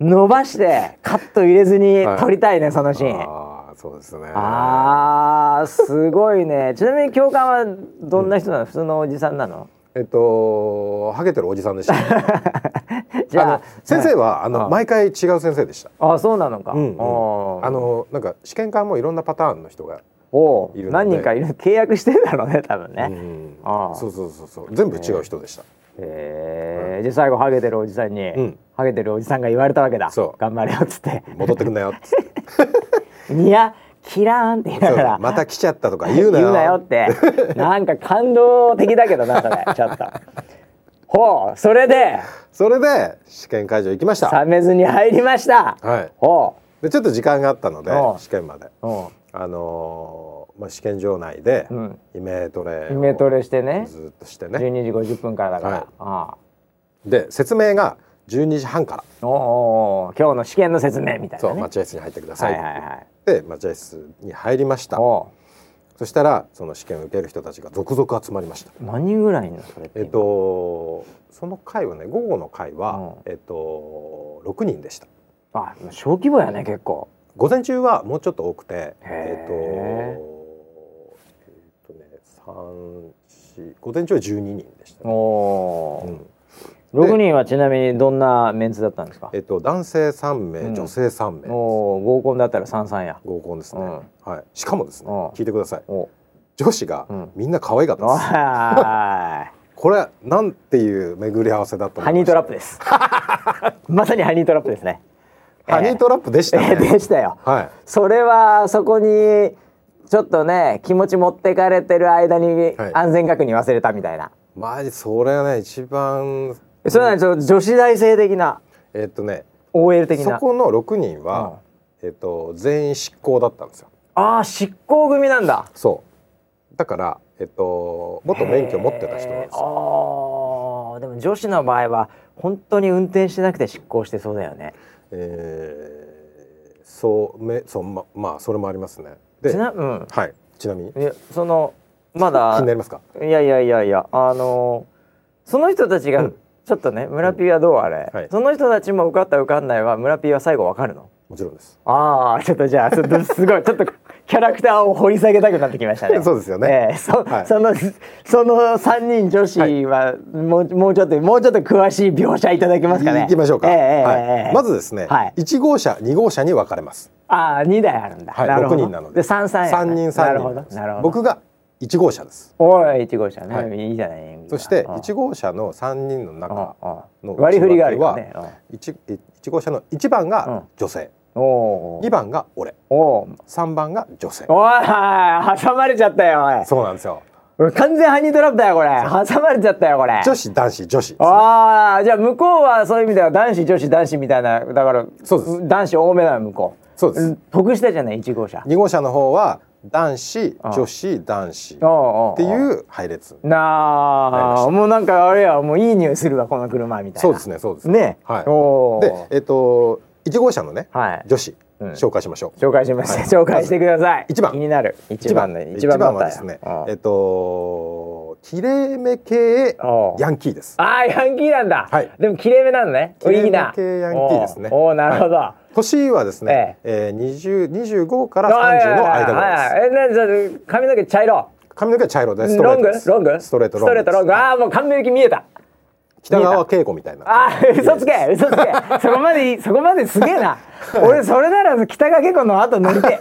S1: 伸ばしてカット入れずに
S2: はい
S1: 撮りたいねそのシーン、
S2: ああそうですね
S1: あーすごいねちなみに教官はどんな人なの普通のおじさんなの
S2: えっとハゲてるおじさんでした
S1: じゃあ
S2: 先生はあ
S1: う
S2: の
S1: ん
S2: 毎回違う先生でした
S1: あそうなのか、
S2: うんうん
S1: おー
S2: あのなんか試験官もいろんなパターンの人が、
S1: おー
S2: いるので
S1: 何人かいる契約してるだろうね多分
S2: う
S1: ね、
S2: ん
S1: ああ
S2: そうそうそうそう全部違う人でした、
S1: えー、じゃあ最後ハゲてるおじさんに、
S2: うん
S1: ハゲてるおじさんが言われたわけだ
S2: そう
S1: 頑張れよっつって
S2: 戻ってくんなよっつって
S1: ニヤキラーンって言いな
S2: そう
S1: がら
S2: だまた来ちゃったとか言うなよ
S1: っ てなんか感動的だけどなそれちょっとほうそれで
S2: それで試験会場行きました
S1: 冷めずに入りました
S2: はい
S1: ほ
S2: でちょっと時間があったので
S1: おう
S2: 試験まで
S1: う、うん
S2: あのーまあ、試験場内で
S1: うん
S2: イメトレ
S1: イメト
S2: を
S1: レしてね
S2: ずっとしてね
S1: 12時50分からだから、
S2: はい
S1: あ
S2: で説明が12時半から
S1: あおうおうおう今日の試験の説明みたい
S2: そ
S1: な、
S2: う
S1: ね、
S2: 待合室に入ってくださ
S1: はいい
S2: って
S1: は
S2: 言
S1: いはい
S2: って待合室に入りました
S1: おう
S2: そしたらその試験を受ける人たちが続々集まりました
S1: 何人ぐらいいんのそれって
S2: え
S1: 今
S2: っとその会はね午後の会は、
S1: う
S2: えっと6人でした
S1: あ小規模やね結構
S2: 午前中はもうちょっと多くて
S1: へー
S2: えっとえっとね3 4午前中は12人でしたね、
S1: お
S2: う
S1: ー、
S2: ん
S1: 六6人はちなみにどんなメンツだったんですか
S2: えっと男性3名、
S1: うん
S2: 女性3名
S1: おー合コンだったら三三や
S2: 合コンですね、
S1: う
S2: はいしかもですね
S1: うん
S2: 聞いてください
S1: お
S2: 女子が
S1: うん
S2: みんな可愛かった
S1: お
S2: で
S1: い
S2: す、 これなんていう巡り合わせだった
S1: ハニートラップです。 まさにハニートラップですね。
S2: ハニートラップでした
S1: えー
S2: ね
S1: でしたよ。
S2: はい
S1: それはそこにちょっとね気持ち持ってかれてる間に
S2: はい
S1: 安全確認忘れたみたいな。
S2: マジそれはね一番
S1: それはねちょっと女子大生的な
S2: えっとね
S1: OL 的
S2: そ
S1: な。
S2: この6人は、えっと全員執行だったんですよ
S1: ああ執行組なんだ。
S2: そうだからえっと元免許持ってた人なんです
S1: へー
S2: よ
S1: ああでも女子の場合は本当に運転してなくて執行してそうだよね。
S2: えーそうめそうままあそれもありますね
S1: ち
S2: で
S1: なうん
S2: はいちなみに気
S1: いやそのま だ
S2: になりますか
S1: いやいやいやいやあのーその人たちが、ちょっとね村ピーはどうあれ、
S2: はい
S1: その人たちも受かった受かんないは村ピーは最後わかるの
S2: もちろんです
S1: ああちょっとじゃあちょっと すごいちょっとキャラクターを掘り下げたくなってきましたね
S2: そうですよね
S1: ええそ
S2: はい
S1: そのその三人女子はもう,、もうちょっともうちょっと詳しい描写いただけますかね
S2: いきましょうか、
S1: えええええ
S2: は
S1: え
S2: い、まずですね、
S1: はい
S2: 一1号車2号車に分かれます、
S1: ああ二台あるんだ、
S2: はい、
S1: なる
S2: 6
S1: ほど
S2: 人なので
S1: 三三
S2: 3人
S1: な
S2: 3
S1: るほ
S2: 人な
S1: ど
S2: んです
S1: なるほど
S2: 僕が1号車です
S1: おい一号車ね、、
S2: はい
S1: いじゃない
S2: そして
S1: うん
S2: 1号車の3人の中
S1: うんうん
S2: の
S1: 割り振りがあるよね。
S2: 1, 1号車の1番が女性、
S1: うんおー
S2: 2番が俺
S1: おー
S2: 3番が女性
S1: おい挟まれちゃったよお
S2: そうなんですよ
S1: い俺完全ハニートラップだよこれ挟まれちゃったよこれ
S2: 女子男子女子
S1: ああじゃあ向こうはそういう意味では男子女子男子みたいなだから
S2: そうです
S1: 男子多めなの向こう
S2: そうです
S1: ん得したじゃない1号車
S2: 2号車の方は男子
S1: ん
S2: 女子男子っ
S1: おうおうお
S2: て
S1: う
S2: いう配列なりま
S1: な
S2: し
S1: あ
S2: た
S1: もうなんかあれやもういい匂いするわこの車みたいな
S2: そうですねそうです
S1: ね
S2: はい
S1: おー
S2: でえっと1号車のね、
S1: はい
S2: 女子、
S1: うん
S2: 紹介しましょう
S1: 紹介しました紹介してください
S2: 一番
S1: 気になる一番ね
S2: 一番は
S1: バッタ
S2: です
S1: ーや
S2: ね
S1: うん、
S2: えっときれいめ系
S1: おう
S2: ヤンキーです
S1: ああヤンキーなんだ。
S2: はい
S1: でも綺麗めなのね。
S2: 綺麗め
S1: いいな
S2: 系ヤンキーですね
S1: おーおーなるほど。あ
S2: 年はですね、えー、20 25から
S1: ー
S2: 30の間ぐ
S1: はい
S2: ら
S1: は
S2: いで
S1: いはいえなじゃあ髪の毛茶色。
S2: す髪の毛は茶色でストレ
S1: ロン
S2: ート
S1: グ
S2: です
S1: ロング
S2: ストレートロン
S1: ス
S2: グ
S1: トレートロング。ああもう完璧見えた。
S2: 北川景子みたいな
S1: ああ嘘つけ嘘つけ。そこまでいいそこまですげえな。俺それなら北川景子の後乗りて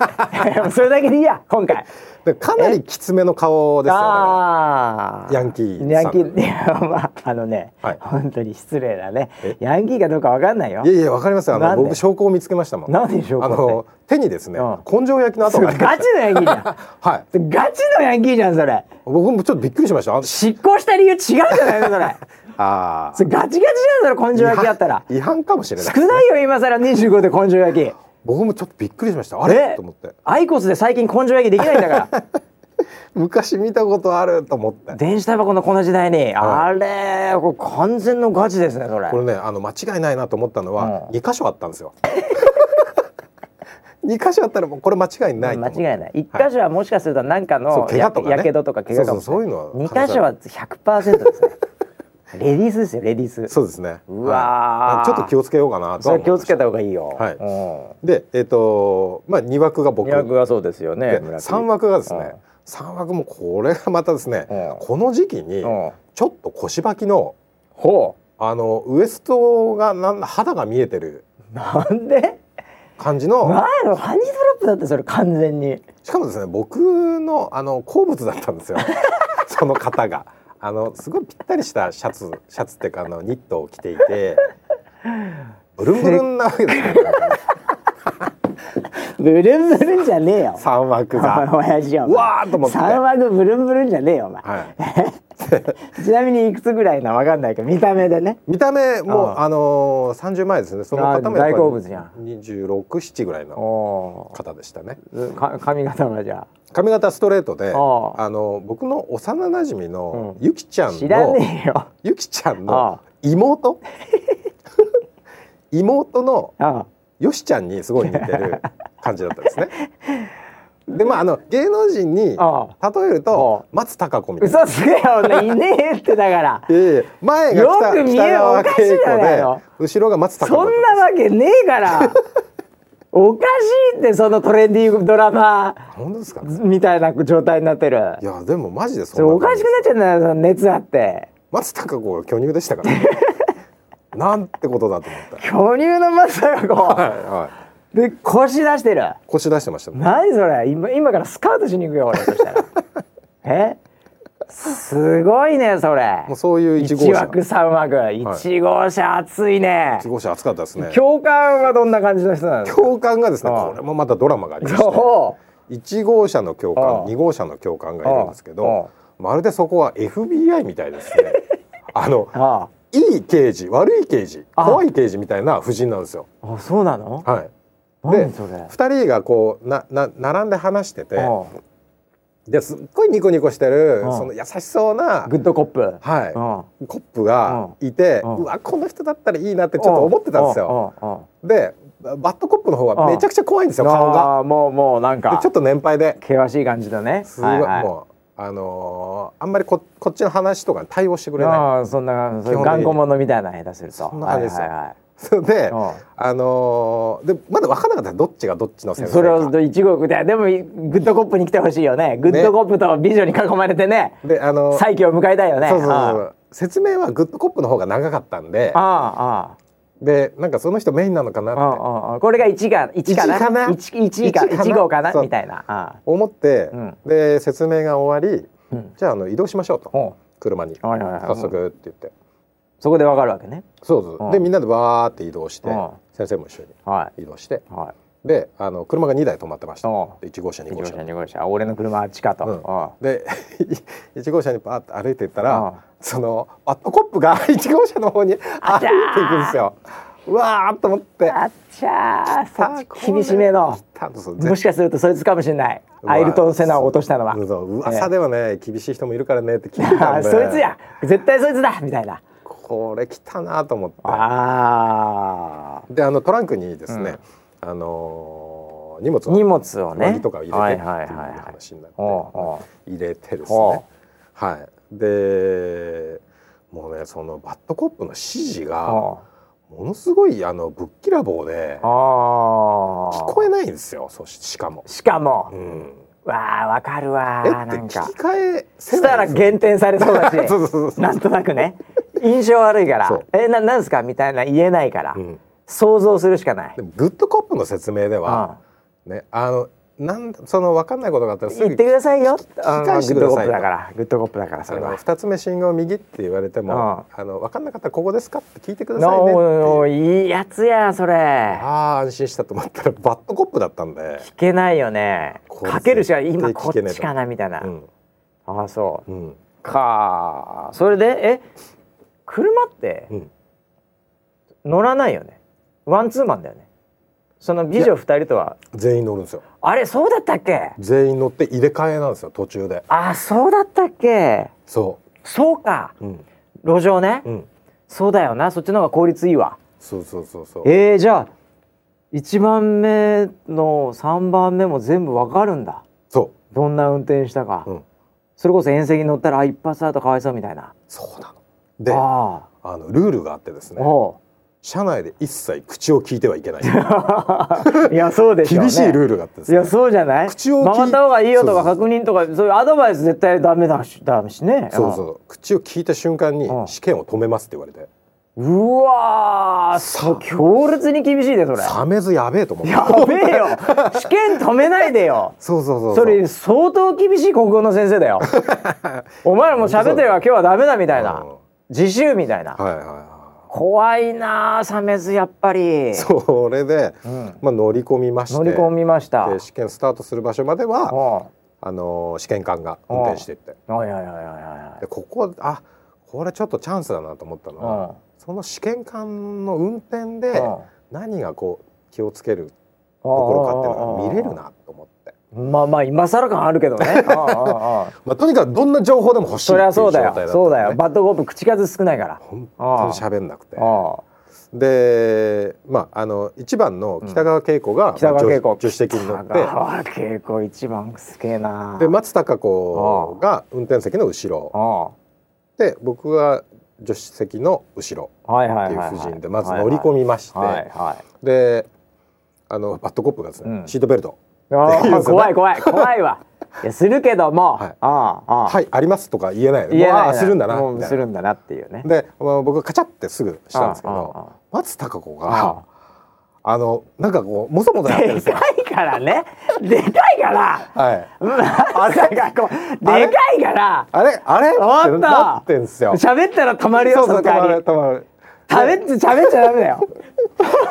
S1: え。も うそれだけでいいや今回。
S2: でかなりきつめの顔ですよね
S1: ああ
S2: ヤンキーさん
S1: ヤンキーいやまああのね、
S2: はい
S1: 本当に失礼だね。ヤンキーかどうかわかんないよ
S2: い。やいやわかりますよあ
S1: な
S2: の
S1: んで
S2: 僕証拠を見つけましたもん
S1: なんで証拠って
S2: あの手にですね、
S1: う
S2: 根性焼きの跡がありま
S1: ガ
S2: し
S1: チのヤンキーじゃん。
S2: たはい
S1: ガチのヤンキーじゃんそれ
S2: 僕もちょっとびっくりしましたあ
S1: 執行した理由違うんじゃないのそれ
S2: あ
S1: それガチガチじゃんそれ根性焼きだったら
S2: 違反かもしれない
S1: 少ないよ今更25で根性焼き
S2: 僕もちょっとびっくりしましたあれ
S1: え
S2: と思って
S1: アイコスで最近根性焼きできないんだから
S2: 昔見たことあると思って
S1: 電子タバコのこの時代にあれこれ完全のガチですねそれ
S2: これねあの間違いないなと思ったのは
S1: うん
S2: 2箇所あったんですよ 2箇所あったらもうこれ間違いないと
S1: 間
S2: 思って
S1: 違いない一箇所はもしかすると何か
S2: そ
S1: の
S2: う怪我とかね
S1: ややけどとか怪我かもしれ
S2: そうそうそうい
S1: な
S2: うの
S1: 二
S2: は
S1: 箇所は100%ですねレディースですよレディース
S2: そうですね
S1: うわー
S2: はいちょっと気をつけようかなと
S1: そ
S2: は
S1: れ
S2: 思
S1: 気
S2: い
S1: を
S2: ま
S1: つ
S2: した
S1: けた方がいいよ、
S2: はい
S1: うん
S2: でえっ、とまあ2枠が僕
S1: 二枠がそうですよね
S2: で
S1: 村木
S2: 3枠がです
S1: うん
S2: ね3枠もこれがまたですね
S1: うん
S2: この時期に
S1: うん
S2: ちちょっと腰ばきの
S1: ほ
S2: あのウエストがなん肌が見えてる
S1: うなんで
S2: 感じの
S1: 前のハニートラップだってそれ完全に
S2: しかもですね僕のあの好物だったんですよ その方があのすごいぴったりしたシャツシャツっていうかあのニットを着ていてブルンブルンなわけですよ、ね、
S1: ブルンブルンじゃねえよ
S2: 三 枠
S1: お前
S2: が。
S1: 親父よお
S2: う
S1: 前
S2: わーと思って
S1: 三枠ブルンブルンじゃねえよお前
S2: はい
S1: ちなみにいくつぐらいなわかんないけど見た目でね
S2: 見た目も
S1: あ
S2: あの三、十前ですね。その方も
S1: あー大好物じゃん
S2: 二十六七ぐらいの
S1: お
S2: 方でしたね。
S1: ーか髪型はじゃ
S2: 髪型ストレート
S1: あ
S2: で、
S1: ー
S2: あの僕の幼馴染みの
S1: うん
S2: ゆきちゃ
S1: あ
S2: ん
S1: 知ら
S2: の、
S1: ねえよ
S2: ゆきちゃんの
S1: あ
S2: 妹 妹の
S1: あああ
S2: よしちゃんにすごい似て る感じだったんですね。でまああの芸能人に例
S1: あ
S2: えると松たか子みたいな。
S1: 嘘つけよ女いねえってだから
S2: いやいや前が
S1: よく
S2: 北
S1: 見え
S2: 北川
S1: おかしいじ
S2: 景
S1: ゃ
S2: 子
S1: ない
S2: で
S1: の
S2: 後ろが松たか子
S1: そ
S2: だった
S1: んなわけねえからおかしいってそのトレンディードラマ
S2: 本当ですか
S1: みたいな状態になってる
S2: いやでもマジで
S1: そ
S2: そ
S1: れ
S2: ん
S1: お
S2: な
S1: か
S2: 感
S1: し
S2: じ
S1: くなっちゃうんだよその熱あって
S2: 松たか子が巨乳でしたか らねなんてことだと思っ
S1: 巨
S2: た
S1: 乳の松坂子
S2: はいはい
S1: で腰出してる
S2: 腰出してましたね
S1: 何それ今今からスカウトしに行くよ俺そしたらえすごいねそれ
S2: もうそういう1号
S1: 1
S2: 車
S1: 枠3枠1号車熱いね
S2: 1号車暑かったですね
S1: 教官はどんな感じの人なんですか
S2: 教官がですね
S1: ああ
S2: これもまたドラマがありまして
S1: そ
S2: 1号車の教
S1: ああ
S2: 官2号車の教官がいるんですけどまるでそこは FBI みたいで すねあの
S1: うあ
S2: いい刑事悪い刑事
S1: ああ
S2: 怖い刑事みたいな夫人なんですよ
S1: ああそうなの
S2: はい
S1: 何それ
S2: 2人がこうなな並んで話してて
S1: うん
S2: ですっごいニコニコしてる
S1: うん
S2: その優しそうな
S1: グッドコップうん
S2: はい
S1: ょ
S2: コップがいて、
S1: う
S2: うんわこの人だったらいいなってちょっと思ってたんですよ。
S1: よ
S2: でバッドコップの方がめちゃくちゃ怖いんですよ顔が。
S1: ああもうもうなん
S2: で
S1: か
S2: ちょっと年配で
S1: 険しい感じだね
S2: すごい、
S1: はは
S2: もうあのーあんまりここっちの話とかに対応してくれない。
S1: ああそんなそういう
S2: 基本的
S1: 頑
S2: に
S1: 固者みたいな下手すると
S2: そんな感じです
S1: は
S2: よ
S1: いはいはい
S2: それ で、
S1: うん
S2: あのーでまだ分からなかったですどっちがどっちの先生か。
S1: それを一号ででもグッドコップに来てほしいよねグッドコップと美女に囲まれてね
S2: であのー
S1: 再起を迎えたいよね
S2: そうそうそう
S1: あ
S2: そう説明はグッドコップの方が長かったんで
S1: あああ
S2: でなんかその人メインなのかなっ
S1: ああ
S2: て
S1: あああこれが一が一かな
S2: 一かな
S1: 一一か
S2: 一かな
S1: 一号かな
S2: そう
S1: みたいなあ
S2: 思って、
S1: うん
S2: で説明が終わり、
S1: うん
S2: じゃああの移動しましょうと、
S1: あおう
S2: 車に
S1: はいはいはい
S2: 早速って言って、
S1: そこでわかるわけね
S2: そうそう、
S1: うん
S2: でみんなでわーって移動して、
S1: うん
S2: 先生も一緒に
S1: は
S2: 移動して
S1: いはい
S2: であの車が2台止まってました、
S1: うん
S2: で1号車2
S1: 一
S2: 号
S1: 号
S2: 車
S1: 車二号車あ俺の車あっちかと、
S2: うん
S1: あ
S2: で 1号車にパーッと歩いていったら、
S1: うん
S2: そのバットコップが 1号車の方に歩いていくんですよ。うわーと思って
S1: ああっちゃー
S2: さ
S1: そ
S2: あ
S1: っち厳しめの
S2: 来たんですよ
S1: もしかするとそいつかもしれないう
S2: わ
S1: アイルトン・セナを落としたのは
S2: そうそ
S1: え
S2: う
S1: え
S2: 噂ではね、厳しい人もいるからねって聞いてた
S1: あ
S2: んで
S1: そいつや絶対そいつだみたいな
S2: これ来たなと思って
S1: ああ
S2: であのトランクにですね、あのー荷物を
S1: 荷物をね
S2: 上着とかを入
S1: は
S2: れ
S1: い
S2: て
S1: はいはい
S2: っていう
S1: はい
S2: 話になって、
S1: おうおう
S2: 入れてです
S1: お
S2: ねはいでもうねそのバッドコップの指示が
S1: あ
S2: ものすごいあのぶっきらぼうで
S1: あー
S2: 聞こえないんですよそししかも、
S1: しかも、
S2: うん、
S1: わあわかるわ
S2: えっ
S1: ー
S2: て
S1: なん
S2: 聞
S1: か
S2: き返せ
S1: した
S2: な
S1: ら
S2: いんですよ
S1: 減点されそうだ
S2: そうそう
S1: し
S2: そう
S1: なんとなくね印象悪いか
S2: そ
S1: ら
S2: う
S1: 「えななんですか?」みたいな言えないから、
S2: うん
S1: 想像するしかない
S2: で。もグッドコップの説明では、ねあのなんだその分かんないことがあったらすぐ
S1: 言ってくださいよ。
S2: 聞き返して
S1: うんグッドコ
S2: くださ
S1: ッ
S2: い
S1: プだから、グッドコップだから、そ
S2: あ
S1: れ
S2: の
S1: は。
S2: 2つ目信号右って言われても、あの分かんなかったらここですかって聞いてくださいねって
S1: お
S2: いう
S1: いいいやつや、それ。
S2: ああ安心したと思ったらバッドコップだったんで、
S1: 聞けないよね。
S2: これ
S1: かけるしか、
S2: 絶対
S1: 今こ
S2: 聞けねえ
S1: っちかなみたいな
S2: う。ん
S1: ああ、そ
S2: うん
S1: う。かー。それで、え。車って
S2: うん、
S1: 乗らないよね。ワンツーマンだよね。その美女二人とは。
S2: 全員乗るんですよ
S1: あれ、そうだったっけ。
S2: 全員乗って入れ替えなんですよ途中で
S1: あ、そうだったっけ。
S2: そ
S1: そうか。
S2: う、うん
S1: 路上ね。
S2: うん、
S1: そうだよな。そっちの方が効率いいわ。
S2: そうそうそうそう
S1: えー、じゃあ1番目の3番目も全部わかるんだ
S2: そ
S1: どんな運転したか、
S2: う、うん、
S1: それこそ遠赤に乗ったらあ一発アウトかわいそうみたいな
S2: そうなのであ
S1: あ
S2: のルールがあってです
S1: あ、
S2: ね
S1: お
S2: 社内で一切口を聞いてはい けない
S1: いやそうでしょうね
S2: 厳しいルールがあってです
S1: い
S2: ね
S1: やそうじゃない
S2: 口を聞い
S1: 回った方がいいよとか
S2: そう
S1: 確認とかそういうアドバイス絶対ダメだしダメしね
S2: そうそう口を聞いた瞬間に
S1: うん
S2: 試験を止めますって言われて
S1: うんうわー
S2: さ
S1: そう強烈に厳しいでそれ
S2: サメズやべえと思って
S1: やべえよ試験止めないでよ
S2: そうそうそう
S1: それ相当厳しい国語の先生だ よお前らもう喋ってるから今日はダメだみたいな
S2: うん
S1: 自習みたいな
S2: はいはいは
S1: 怖いなあサメズやっぱり
S2: いそれで、まあ、乗り込みまして
S1: 乗り込みました
S2: で試験スタートする場所まで
S1: うん
S2: は
S1: は
S2: あのー試験官が運転してって
S1: いはいはいは
S2: でここあこれちょっとチャンスだなと思ったの
S1: いは
S2: は、その試験官の運転
S1: いうん
S2: で
S1: うん
S2: 何がこう気をつけるところかっていうのが見れるなと思って、
S1: まあまあ今更感あるけどね うんうんうん
S2: まあ、とにかくどんな情報でも欲しいって
S1: そ
S2: い
S1: りゃそ
S2: う状
S1: う
S2: 態
S1: だよ
S2: だったのね
S1: そうだよバッドコープ口数少ないから
S2: 本当に喋んなくて
S1: あ
S2: でまああの一番の北川景子が、
S1: 北川景子
S2: まあ助助手席に乗
S1: あ
S2: って
S1: 川稽古一番すげえな
S2: で松たか子が運転席の後ろ
S1: あ
S2: で僕が助手席の後ろ
S1: はいはい
S2: って
S1: はいいうはい
S2: 布陣でまず乗り込
S1: み
S2: みまして、
S1: はいはい
S2: であのバッドコップがですね、
S1: うん
S2: シートベルト
S1: あ
S2: っていう
S1: ー
S2: のが
S1: 怖い怖い怖い わいやするけども、
S2: はい
S1: ああああ
S2: はいありますとか言えない
S1: 言えない
S2: もうあするんだな
S1: も
S2: み
S1: う
S2: たい
S1: す
S2: な
S1: るんだなっていうね
S2: で、まあ、僕がカチャってすぐしたんですけ
S1: ああ
S2: ど
S1: あ
S2: 松たか子
S1: あ
S2: があのなんかこうもそもそやってるん
S1: で
S2: ですよ
S1: か。いからねでかいから
S2: はい、
S1: あれがこうでかいから
S2: あれあ
S1: おっ
S2: れって
S1: と
S2: なってんですよ。
S1: 喋ったら止まるよ
S2: そう
S1: そ
S2: そう
S1: の
S2: 止ま
S1: 代わ
S2: る
S1: り
S2: 止まる。
S1: 喋っちゃ喋っちゃダメだよ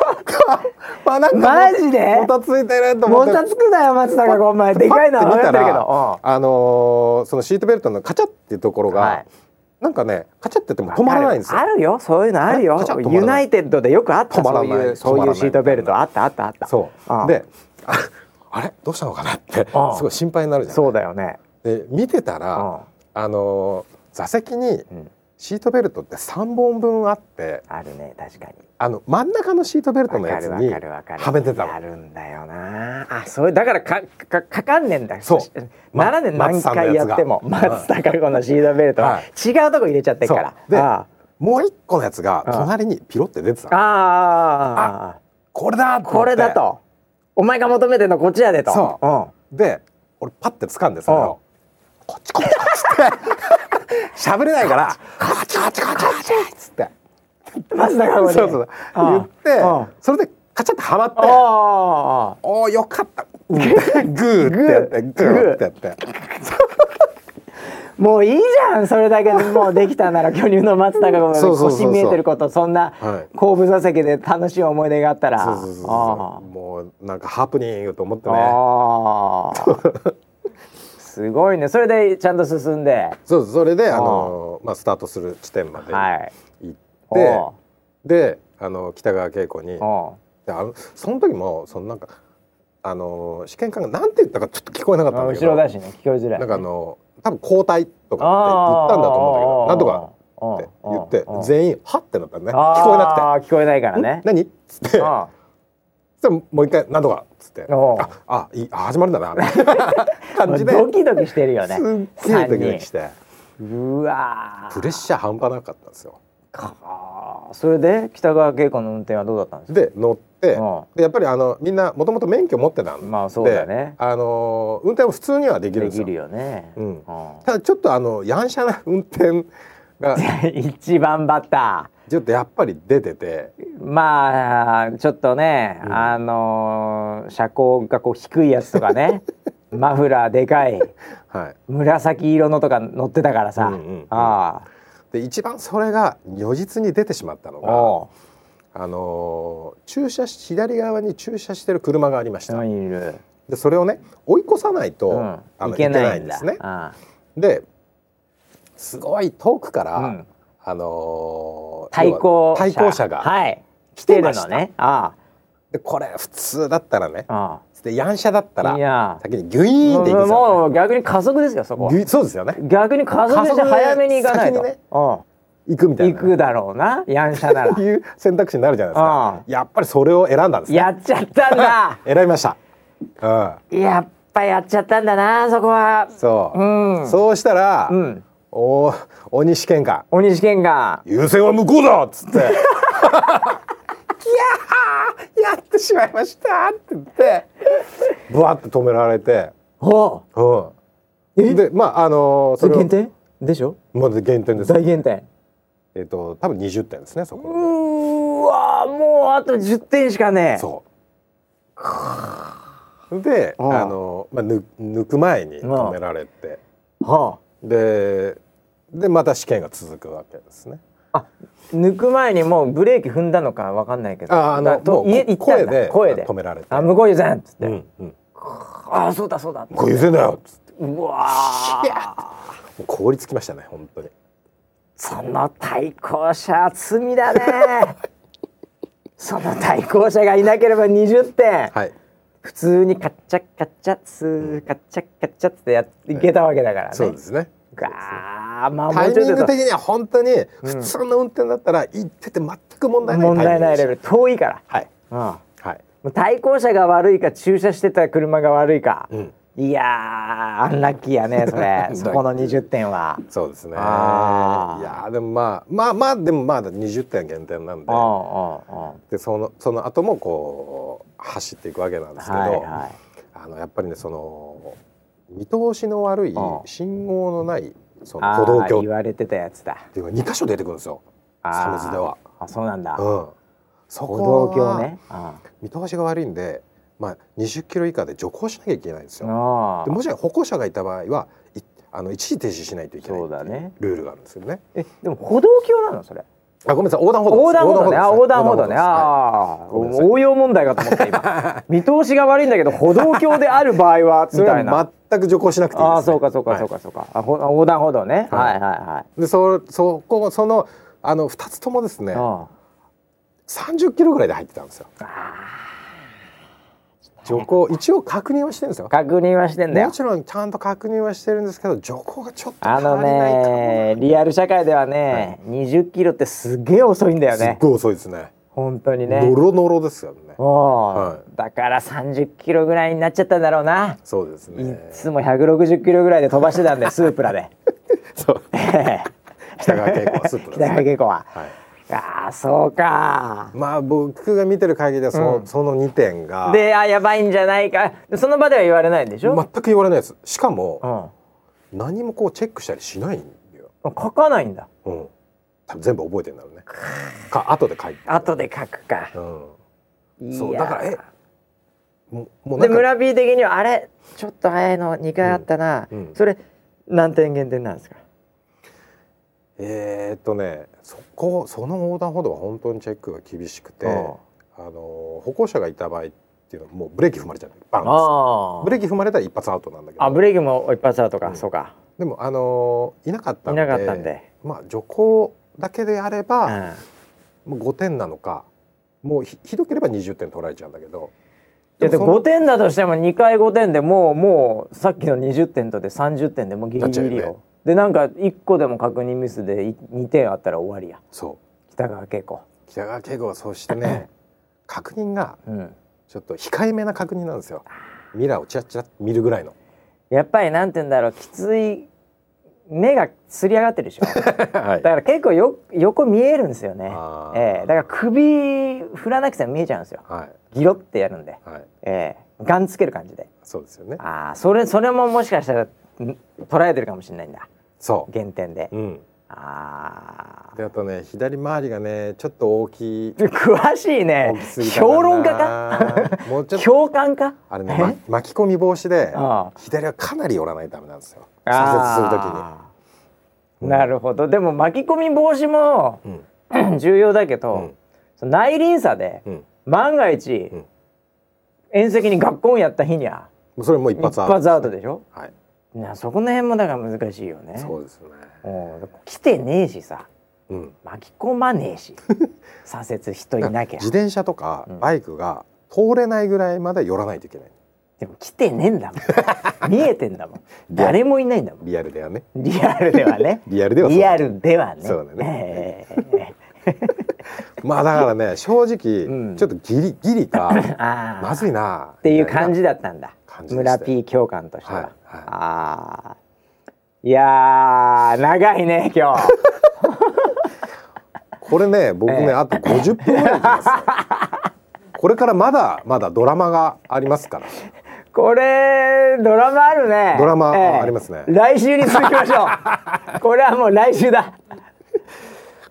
S2: まあなんかも
S1: マジで
S2: もたついてると思
S1: も
S2: って。
S1: たつくなよ松坂君お前でかいな
S2: パッ
S1: 分
S2: て見
S1: かったてるけ
S2: ら、
S1: ど
S2: あのーそのシートベルトのカチャっていうところが、
S1: はい
S2: なんかねカチャってやっても止まらないんです
S1: あ
S2: よ。
S1: るよそういうのある
S2: あ
S1: よ
S2: カチャッと止まらない
S1: ユナイテッドでよくあった
S2: 止まら
S1: そう
S2: ない
S1: いう
S2: 止
S1: そ
S2: ま
S1: う
S2: ら
S1: い
S2: ないう
S1: シートベルトあったあったあった
S2: そう。
S1: ああ
S2: で、あ あれどうしたのかなって
S1: ああ
S2: すごい心配になるじゃん。
S1: そうだよね
S2: で見てたら、
S1: あ
S2: あのー座席に
S1: ん
S2: シートベルトって3本分あって
S1: あるね確かに
S2: あの真ん中のシートベルト
S1: わ
S2: の
S1: か
S2: やつ
S1: るわ
S2: に
S1: かるわかる
S2: はめてたの
S1: あるんだよなあそうだからかかかかんねんだ
S2: そう
S1: ならねん
S2: ま
S1: 何回やっても松
S2: 松
S1: たか子のシートベルトは
S2: はい
S1: 違うとこ入れちゃってっから
S2: そうで
S1: あ
S2: もう一個のやつが
S1: ああ
S2: 隣にピロって出て
S1: ああ
S2: た
S1: ああ
S2: これだと思って
S1: これだとお前が求めてんのこっちやでと
S2: そう
S1: うん
S2: で俺パッて掴んでそれ
S1: うん
S2: をこっちこっちこっつって 喋れないからカチャカチャカチャカチャっつって
S1: 松坂
S2: そ
S1: 子
S2: う
S1: に
S2: そうそう
S1: あ
S2: 言
S1: ああ
S2: ってそれでカチャってはまっ
S1: あ
S2: て
S1: あああ
S2: おおよかったうん グーってやって
S1: グー
S2: グーってやって
S1: もういいじゃんそれだけでもうできたなら巨乳の松たか子
S2: そう
S1: が
S2: そうそう
S1: 腰
S2: そう
S1: 見えてることそんな
S2: はい
S1: 後部座席で楽しい思い出があったら
S2: そうそうそうそうもうなんかハプニングと思ってね
S1: あーすごいねそれでちゃんと進んで
S2: そうそれであのーまあスタートする地点まで
S1: はい
S2: 行
S1: おう
S2: ってであの北川景子に
S1: お
S2: であのその時もそのなんかあのー試験官がなんて言ったかちょっと聞こえなか
S1: う
S2: ったんだけ
S1: 後
S2: ど
S1: ろだしね聞こえづらい
S2: なんかあの多分交代とかって言ったんだと思うんだけどなんとかって言って全員はってなったのね聞こえな
S1: くて聞こえないからね
S2: くて何っつって
S1: うん
S2: そしたらもう一回なんとかっつって
S1: おう
S2: ああいいあ始ま るんだなみたいな感じで
S1: ドキドキしてるよね
S2: すっげえドキドキして
S1: 三人うわ
S2: プレッシャー半端なかったんですよ
S1: ーそれで北川景子の運転はどうだったんですか
S2: で乗って
S1: うん
S2: でやっぱりあのみんなもともと免許持ってたんで、
S1: まあそうだね
S2: あのー運転も普通にはできる
S1: で
S2: んです
S1: き
S2: よ
S1: るよね
S2: うん
S1: ん
S2: ただちょっとあのやんしゃな 運転 が
S1: 一番バッタ
S2: ちょっとやっぱり出てて
S1: ーまあちょっとね、あのー車高がこう低いやつとか ねマフラーでかい
S2: はい
S1: 紫色のとか乗ってたからさ、
S2: うんうんうん
S1: あ
S2: で一番それが如実に出てしまったの
S1: あ
S2: が、
S1: お
S2: あのー駐車し左側に駐車してる車がありまし
S1: う
S2: た、
S1: 何いる、
S2: でそれをね追い越さないと、
S1: う
S2: あ
S1: ん、
S2: の
S1: いけないんだ
S2: ですね
S1: あ
S2: ですごい遠くから、
S1: うん
S2: あの
S1: あ
S2: ー
S1: 対
S2: 要
S1: 向
S2: は対向車が、
S1: はい来
S2: 来
S1: て
S2: て
S1: る
S2: ました
S1: のねあ
S2: でこれ普通だったらね
S1: ああ
S2: でやんしゃだった
S1: あい
S2: ら
S1: や
S2: 先にギュイーンっていくんですよ、
S1: もう逆に加速ですよそこは
S2: ギュイそうですよね
S1: 逆に加速して
S2: 加速で
S1: 早めに行かないと、
S2: 先にね
S1: うん
S2: 行くみたい
S1: 行
S2: な
S1: くだろうなやんしゃな ら
S2: いう選択肢になるじゃないです
S1: ああ
S2: かやっぱりそれを選んだんですね
S1: やっちゃったんだ
S2: 選びましたう ん
S1: やっぱやっちゃったんだなそこは
S2: そう、
S1: うん
S2: そうしたら、
S1: うん
S2: お大西健官
S1: 鬼試験が
S2: 優先は向こうだっつってキヤーやってしまいましたって言ってぶわって止められて、
S1: は
S2: うん、でまああのー
S1: あ、そ
S2: そ
S1: れ
S2: れを
S1: 減点でしょ
S2: まず減点です
S1: 大減点
S2: えっ、と多分20点ですねそうこ
S1: ーわーもうあと10点しかねえ
S2: そうで
S1: うん
S2: あのー、まあ、ぬ抜く前に
S1: うん
S2: 止められて
S1: は
S2: ででまた試験が続くわけですね
S1: ああ抜く前にもうブレーキ踏んだのかわかんないけど
S2: ああの
S1: だと
S2: もう
S1: 家行った
S2: 声
S1: んだ
S2: で
S1: 声で
S2: 止められて
S1: あ向こうゆずんっつって、
S2: うんうん
S1: ああそうだそうだ
S2: これゆせんなよっつって
S1: うわ
S2: いや
S1: ー
S2: もう凍りつきましたね本当に
S1: その対向車罪だね その対向車がいなければ20点
S2: はい
S1: 普通にカッチャカッチャスーカッチャカッチャってやっていけたわけだからね
S2: そうですね
S1: ガーまあも
S2: タ
S1: う
S2: イ
S1: ちょ
S2: ミ
S1: っ
S2: ン
S1: と
S2: グ的には本当に普通の運転だったら行ってて全く問題ない
S1: 問題ないレベル
S2: ル
S1: 遠いから、
S2: はい
S1: うん
S2: はい
S1: もう対向車が悪いか駐車してた車が悪いか、
S2: うん
S1: いやーアンラッキーや ねそれそこの20点は
S2: そうですねい
S1: あー
S2: やーでもまあまあまあでもまだ20点減点なんで
S1: うんうんうん
S2: でそのその後もこう走っていくわけなんですけど、
S1: はいは
S2: あのやっぱりねその見通しの悪い
S1: ん
S2: 信号のないその
S1: あ
S2: 歩道
S1: ー
S2: 橋っ
S1: 言われてたやつだ
S2: ていうのが2箇所出てくるんですよ
S1: あー
S2: サムズでは。
S1: あそうなんだ、
S2: うん、そ
S1: 歩
S2: こ
S1: 道
S2: は
S1: 橋ねうん
S2: 見通しが悪いんで、まあ、20キロ以下で徐行しなきゃいけないんですよ。
S1: あ
S2: でもし歩行者がいた場合はいあの一時停止しないとい
S1: ー
S2: けない
S1: そうだね
S2: ルールがあるんですよね。
S1: えでも歩道橋なのそれ
S2: あごめんなさい横断歩道です
S1: 横断歩道ねあ横断歩道ね
S2: ですは
S1: あー
S2: ごめんなさい
S1: 応用問題かと思った 今見通しが悪いんだけど歩道橋である場合はいみ
S2: それ
S1: たいな
S2: は全く徐行しなくていいです、ね。
S1: ああそうかそうか
S2: はい
S1: そうかそうか、あほあ横断歩道ね、は
S2: はい
S1: い、はいは
S2: でそそこそのあの2つともですね
S1: いあ
S2: 30キロぐらいで入ってたんですよ。徐行一応確認はしてるんですよ
S1: あ。確認はしてんだよ
S2: もちろんちゃんと確認はしてるんですけど徐行がちょっと
S1: あ
S2: 足り
S1: の
S2: ないかもな、
S1: ねリアル社会ではね、20キロってすげえ遅いんだよ
S2: すっ
S1: ね
S2: ごい遅いですね
S1: 本当にね
S2: ノロノロですよね。
S1: おう
S2: は
S1: だから30キロぐらいになっちゃったんだろうな、
S2: そうです
S1: い
S2: ね。
S1: つも160キロぐらいで飛ばしてたん でスープラで
S2: そう北川景子はスープラ
S1: 北
S2: です
S1: 川
S2: ね。
S1: 景子は、
S2: はい。
S1: ああそうか
S2: まあ僕が見てる限りではその、その2点が
S1: であやばいんじゃないかその場では言われないんでし
S2: 全
S1: ょ、
S2: く言われないです。しかも
S1: う
S2: 何もこうチェックしたりしないんだよ。
S1: ん、書かないんだ
S2: うん。多分全部覚えてんだろう ね。か後で書いて。
S1: 後で書くか
S2: うん。
S1: い
S2: そう
S1: や
S2: だからえもうもうな
S1: で
S2: んか
S1: 村 B 的にはあれちょっと早いの2回あったな、
S2: うんうん
S1: それ何点減点なんですか
S2: えー、っとねそこその横断歩道は本当にチェックが厳しくて、
S1: うん
S2: あの歩行者がいた場合っていうのはもうブレーキ踏まれちゃう。バンです。
S1: あ
S2: ブレーキ踏まれたら一発アウトなんだけど。
S1: あブレーキも一発アウトか、そうか
S2: でもあのーいなかった
S1: い
S2: んで
S1: なかったんで、
S2: まあ徐行だけであれ
S1: う
S2: ば、
S1: ん、
S2: もう5点なのかもうひひどければ20点取られちゃうんだけど
S1: いやで
S2: も
S1: 5
S2: そ
S1: 点だとしても2回5点でもうもうさっきの20点とで30点でもうギリギリ
S2: なっちゃう
S1: よ
S2: よね
S1: でなんか1個でも確認ミスでい2点あったら終わりや
S2: そう
S1: 北川景子
S2: 北川景子はそうしてね確認が
S1: うん
S2: ちょっと控えめな確認なんですよミラーをチラッチラッと見るぐらいの
S1: やっぱりなんて言うんだろうきつい目がつり上がって るでしょだ
S2: はい
S1: から結構よ横見えるんですよね
S2: あー
S1: ええだから首振らなくても見えちゃうんですよ
S2: は
S1: ギロってやるんで
S2: いはい
S1: ええガンつける感じで
S2: そうですよね
S1: ああそれそれももしかしたらん捉えてるかもしれないんだ
S2: そ
S1: 減点で
S2: ううん
S1: ああ
S2: であとね左回りがねちょっと大きい
S1: 詳しいね
S2: 大きすぎたかな
S1: 評論家か
S2: もうちょっと
S1: 共感か
S2: あれね、ま巻き込み防止で
S1: あ
S2: 左はかなり寄らないとダメなんですよ
S1: あ
S2: 左折するときに
S1: あーなるほどでも巻き込み防止も 重要だけど、
S2: うん
S1: その内輪差で
S2: うん
S1: 万が一、
S2: ん
S1: 縁石に学校やった日には
S2: うんそれもう一
S1: 一
S2: 発アウト
S1: 発アウトでしょ
S2: はい
S1: なそこの辺もだから難しいよね
S2: そうですね
S1: うん来てねえしさ
S2: うん
S1: 巻き込まねえし左折人いなきゃ
S2: 自転車とかバイクが通れないぐらいまで寄らないといけない
S1: でも来てねえんだもん見えてんだ もん誰もいないんだもん
S2: リアルではね
S1: リアルではね
S2: リアルではそう
S1: リアルではね
S2: そうだね
S1: ええ
S2: まあだからね正直、
S1: うん
S2: ちょっとギリギリか
S1: ああ
S2: まずいなっ
S1: っていう感じだったんだ
S2: 感じでした
S1: 村
S2: よ
S1: P 教官としては、
S2: はいはい
S1: ああいやー長いね 今日
S2: これね僕ね、あと50分ぐらいいきますよこれからまだまだドラマがありますから
S1: これドラマあるね
S2: ドラマありますね
S1: 来週に続きましょ うこれはもう来週だ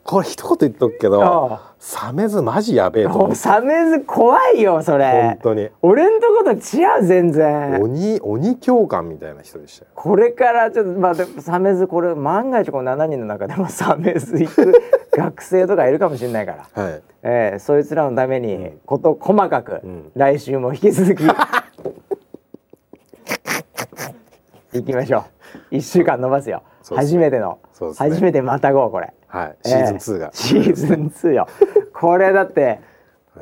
S2: これ一言言っとくけどサメズマジやべえと思
S1: も
S2: っ
S1: う
S2: て
S1: サメズ怖いよそれ
S2: 本当に
S1: 俺んとこと違う全然
S2: 鬼鬼教官みたいな人でしたよ
S1: これからちょっとまあでもサメズこれ万が一この7人の中でもサメズ行く学生とかいるかもしれないから、
S2: はい
S1: ええそいつらのためにこと細かく、
S2: ん
S1: 来週も引き 続き行きましょう1週間伸ばすよ
S2: そうです
S1: 初
S2: ね
S1: めての、
S2: そうですね
S1: 初めてまたごうこれ。
S2: はい、
S1: え
S2: シ
S1: え
S2: ーズン2が、
S1: シーズン2よ これだって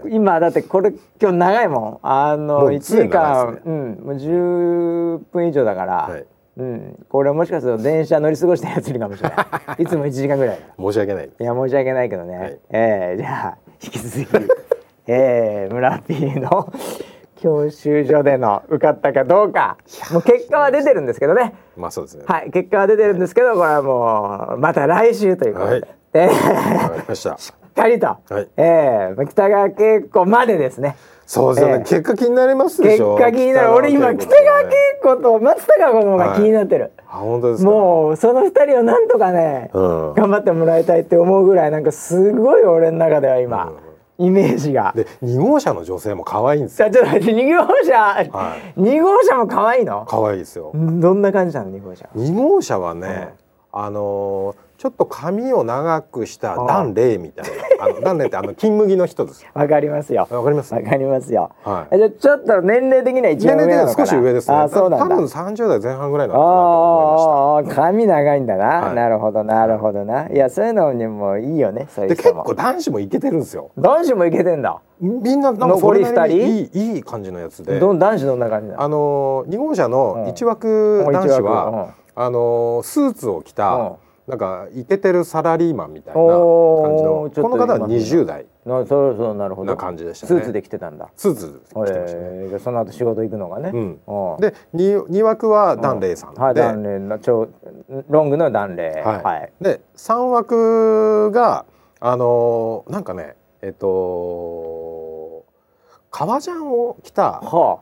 S1: 今だってこれ今日長いもんあ
S2: も
S1: の
S2: う
S1: 1時間、
S2: 常に長いです
S1: うんもう10分以上だから、
S2: はい
S1: うん、これもしかすると電車乗り過ごしたやついるかもしれない いつも1時間ぐらいだから
S2: 申し訳ない
S1: いや申し訳ないけどね、
S2: はい
S1: えーじゃあ引き続き えー、村 P の 教習所での受かったかどうかもう結果は出てるんですけどね
S2: まあそうですね
S1: はい結果は出てるんですけどこれはもうまた来週ということで、
S2: はい
S1: えー
S2: わかりました
S1: しっかりと、
S2: はい
S1: ええ北川景子までですね
S2: そうですよね、
S1: ええ
S2: 結果気になりますで
S1: 結
S2: しょ
S1: 果気になる俺今北川景子と松たか子の方が気になってる、
S2: あ本当ですか
S1: もうその二人をなんとかね、
S2: うん
S1: 頑張ってもらいたいって思うぐらいなんかすごい俺の中では今、イメージが。
S2: で2号車の女性も可愛いんです
S1: じ
S2: よ
S1: ゃあちょっと待って二号車、
S2: は
S1: 二号車も可愛いの
S2: 可愛いですよ
S1: どんな感じなの二号車
S2: 2号車はね、あのーちょっと髪を長くしたダンレイみたい なあのダンレイってあの金麦の人ですよ
S1: わかりますよ
S2: わかります
S1: わかりますよ、
S2: はい
S1: えじゃあちょっと年齢的には一
S2: 年
S1: 番上
S2: 齢
S1: な
S2: 的
S1: のかな
S2: には少し上ですね
S1: あそうなんだ
S2: 多分30代前半ぐらいなのかなと思いました
S1: ああ髪長いんだな、
S2: はい
S1: なるほどなるほどないやそういうのにもいいよねそういう
S2: で
S1: 人
S2: 結
S1: も
S2: 構男子もイケてるんですよ
S1: 男子もいけてんだ、
S2: みんななんか
S1: 残り
S2: それなに
S1: 二
S2: いいいい感じのやつで
S1: どん男子どんな感じなの
S2: あのー、2号車の1枠
S1: うん
S2: 男子
S1: もう一
S2: は
S1: 枠、
S2: あのースーツを着た、
S1: うん
S2: なんかイケてるサラリーマンみたいな感
S1: お
S2: じの
S1: ーちょっ
S2: ことの方は20代
S1: なそうそうなるほど
S2: な感じでしたね
S1: スーツで来てたんだ
S2: スーツ着てましたね、
S1: えーじゃあその後仕事行くのがね、
S2: うん
S1: おう
S2: で 2, 二枠はダンレイさんで,、
S1: はい男霊の超ロングの男霊
S2: はい
S1: はい、
S2: で3枠があのーなんかねえっと革ジャンを着た
S1: は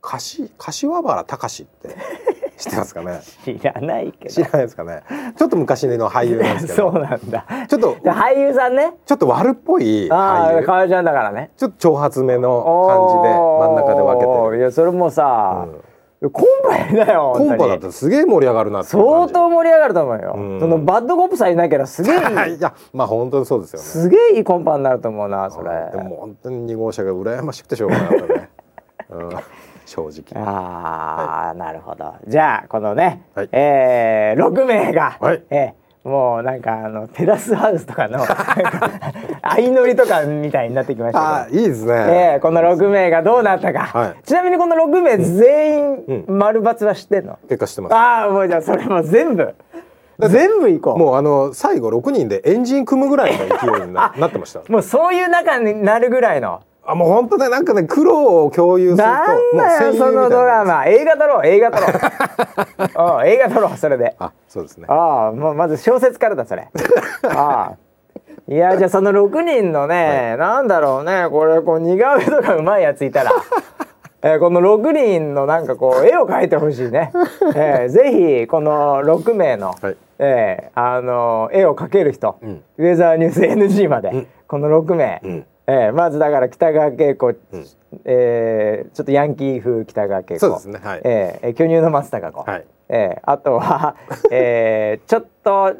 S2: かし柏原隆って知ってますか ね
S1: あ知らないけ
S2: 知
S1: ど
S2: らないですかねちょっと昔の俳優なんですけ
S1: そ
S2: ど
S1: うなんだ
S2: ちょっと
S1: で俳優さんね
S2: ちょっと悪っぽい
S1: あ
S2: 俳
S1: あ
S2: 優
S1: 川ちゃんだからね
S2: ちょっと長髪めの感じで真ん中で分けて
S1: けていやそれもさ、コンパだよ
S2: コンパだ
S1: 本当に
S2: とすげえ盛り上がるなっていう
S1: 相
S2: 感じ
S1: 当盛り上がると思うよ、
S2: ん
S1: そのバッドコップさえいなければすげえいい
S2: いやまあ本当にそうですよね
S1: すげえいいコンパになると思うなそれ
S2: でも本当に2号車が羨ましくてしょうがなかった ね、うん、正直
S1: ああ、なるほどじゃあこのね、
S2: はい
S1: えー、6名が、
S2: はい
S1: えーもうなんかあのテラスハウスとか のなんか相乗りとかみたいになってきましたけど
S2: あーいいですね、
S1: えーこの6名がどうなったか、
S2: はい
S1: ちなみにこの6名全員
S2: う
S1: 丸×は知ってんの、
S2: 結果してます
S1: ああもうじゃあそれも全部全部行こうも
S2: もうあの最後6人でエンジン組むぐらいの勢いに ななってました
S1: うそういう仲になるぐらいの
S2: あもう本当ねなんかね苦労を共有すると
S1: なん
S2: もう
S1: だよ
S2: 戦友みた
S1: そ
S2: いな
S1: のドラマ映画撮ろう映画撮 ろううん映画撮ろうそれで
S2: あそうですね
S1: ああもうまず小説からだ それああいやじゃあその6人のね、なんだろうねこれこう似顔絵とかうまいやつい たらえーこの6人のなんかこう絵を描いてほしい ね、えーぜひこの6名の、
S2: はい
S1: えーあのー絵を描ける人、
S2: ん
S1: ウェザーニュース NG まで、この6名、
S2: ん
S1: えーまずだから北川景子、えーちょっとヤンキー風北川景子
S2: そうですねはい
S1: えーえー巨乳の松たか子、
S2: はい
S1: えーあと は、えーちょっとあ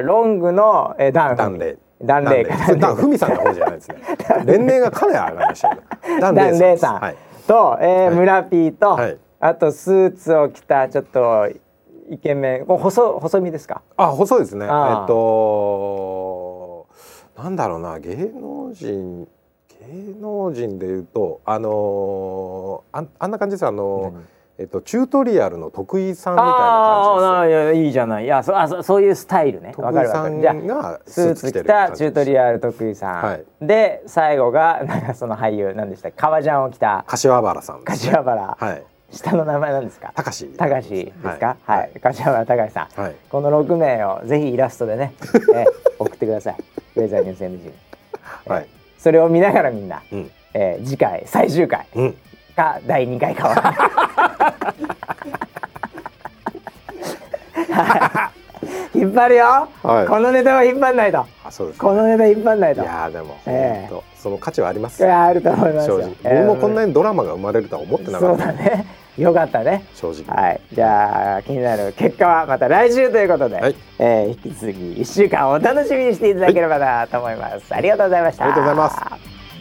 S1: ーロングの、えー、ダン
S2: ダンレイ
S1: ダンレイ
S2: ダンレイダンフミさんの方じゃないですね年齢がかなり上がりましたけどダ
S1: ダンレイさん
S2: はい、
S1: と、えー村 P と、
S2: はい
S1: あとスーツを着たちょっとイケメンこう細細身ですか
S2: あ細いですねえっ
S1: あー
S2: となんだろうな芸能人芸能人でいうとあのーあんあんな感じですあのーえっとチュートリアルの徳井さんみたいな感じです
S1: ああいやいいじゃないいやそあそそういうスタイルねわか
S2: 徳井
S1: るわ
S2: さ
S1: か
S2: ん
S1: るじゃあ
S2: が
S1: スーツ着たチュートリアル徳井さん、
S2: はい
S1: で最後が なんかその俳優なんでしたっけ革ジャンを着た
S2: 柏原さんですね
S1: 柏原、
S2: はい
S1: 下の名前なんですか
S2: 高志
S1: 高志ですかはい、柏原高志さん、
S2: はい
S1: この六名をぜひイラストで ね、えー送ってくださいウェザーニュース NG に
S2: はい
S1: それを見ながらみんな、
S2: うん
S1: えー次回最終回
S2: うん
S1: か第2回か ははい引っ張るよ、
S2: はい
S1: このネタは引っ張んないと
S2: あそうです
S1: このネタ引っ張んない
S2: い
S1: とい
S2: やーでも
S1: ええ
S2: 本当その価値はあります
S1: やあると思います
S2: 正
S1: よ
S2: 直僕もこんな
S1: に
S2: にドラマが生まれるとは思ってなか
S1: そう
S2: った
S1: だねよかったね
S2: 正直
S1: はいじゃあ気になる結果はまた来週ということで、
S2: はい
S1: えー引き続き1週間お楽しみにしていただければなと思います、ありがとうございました
S2: ありがとうございます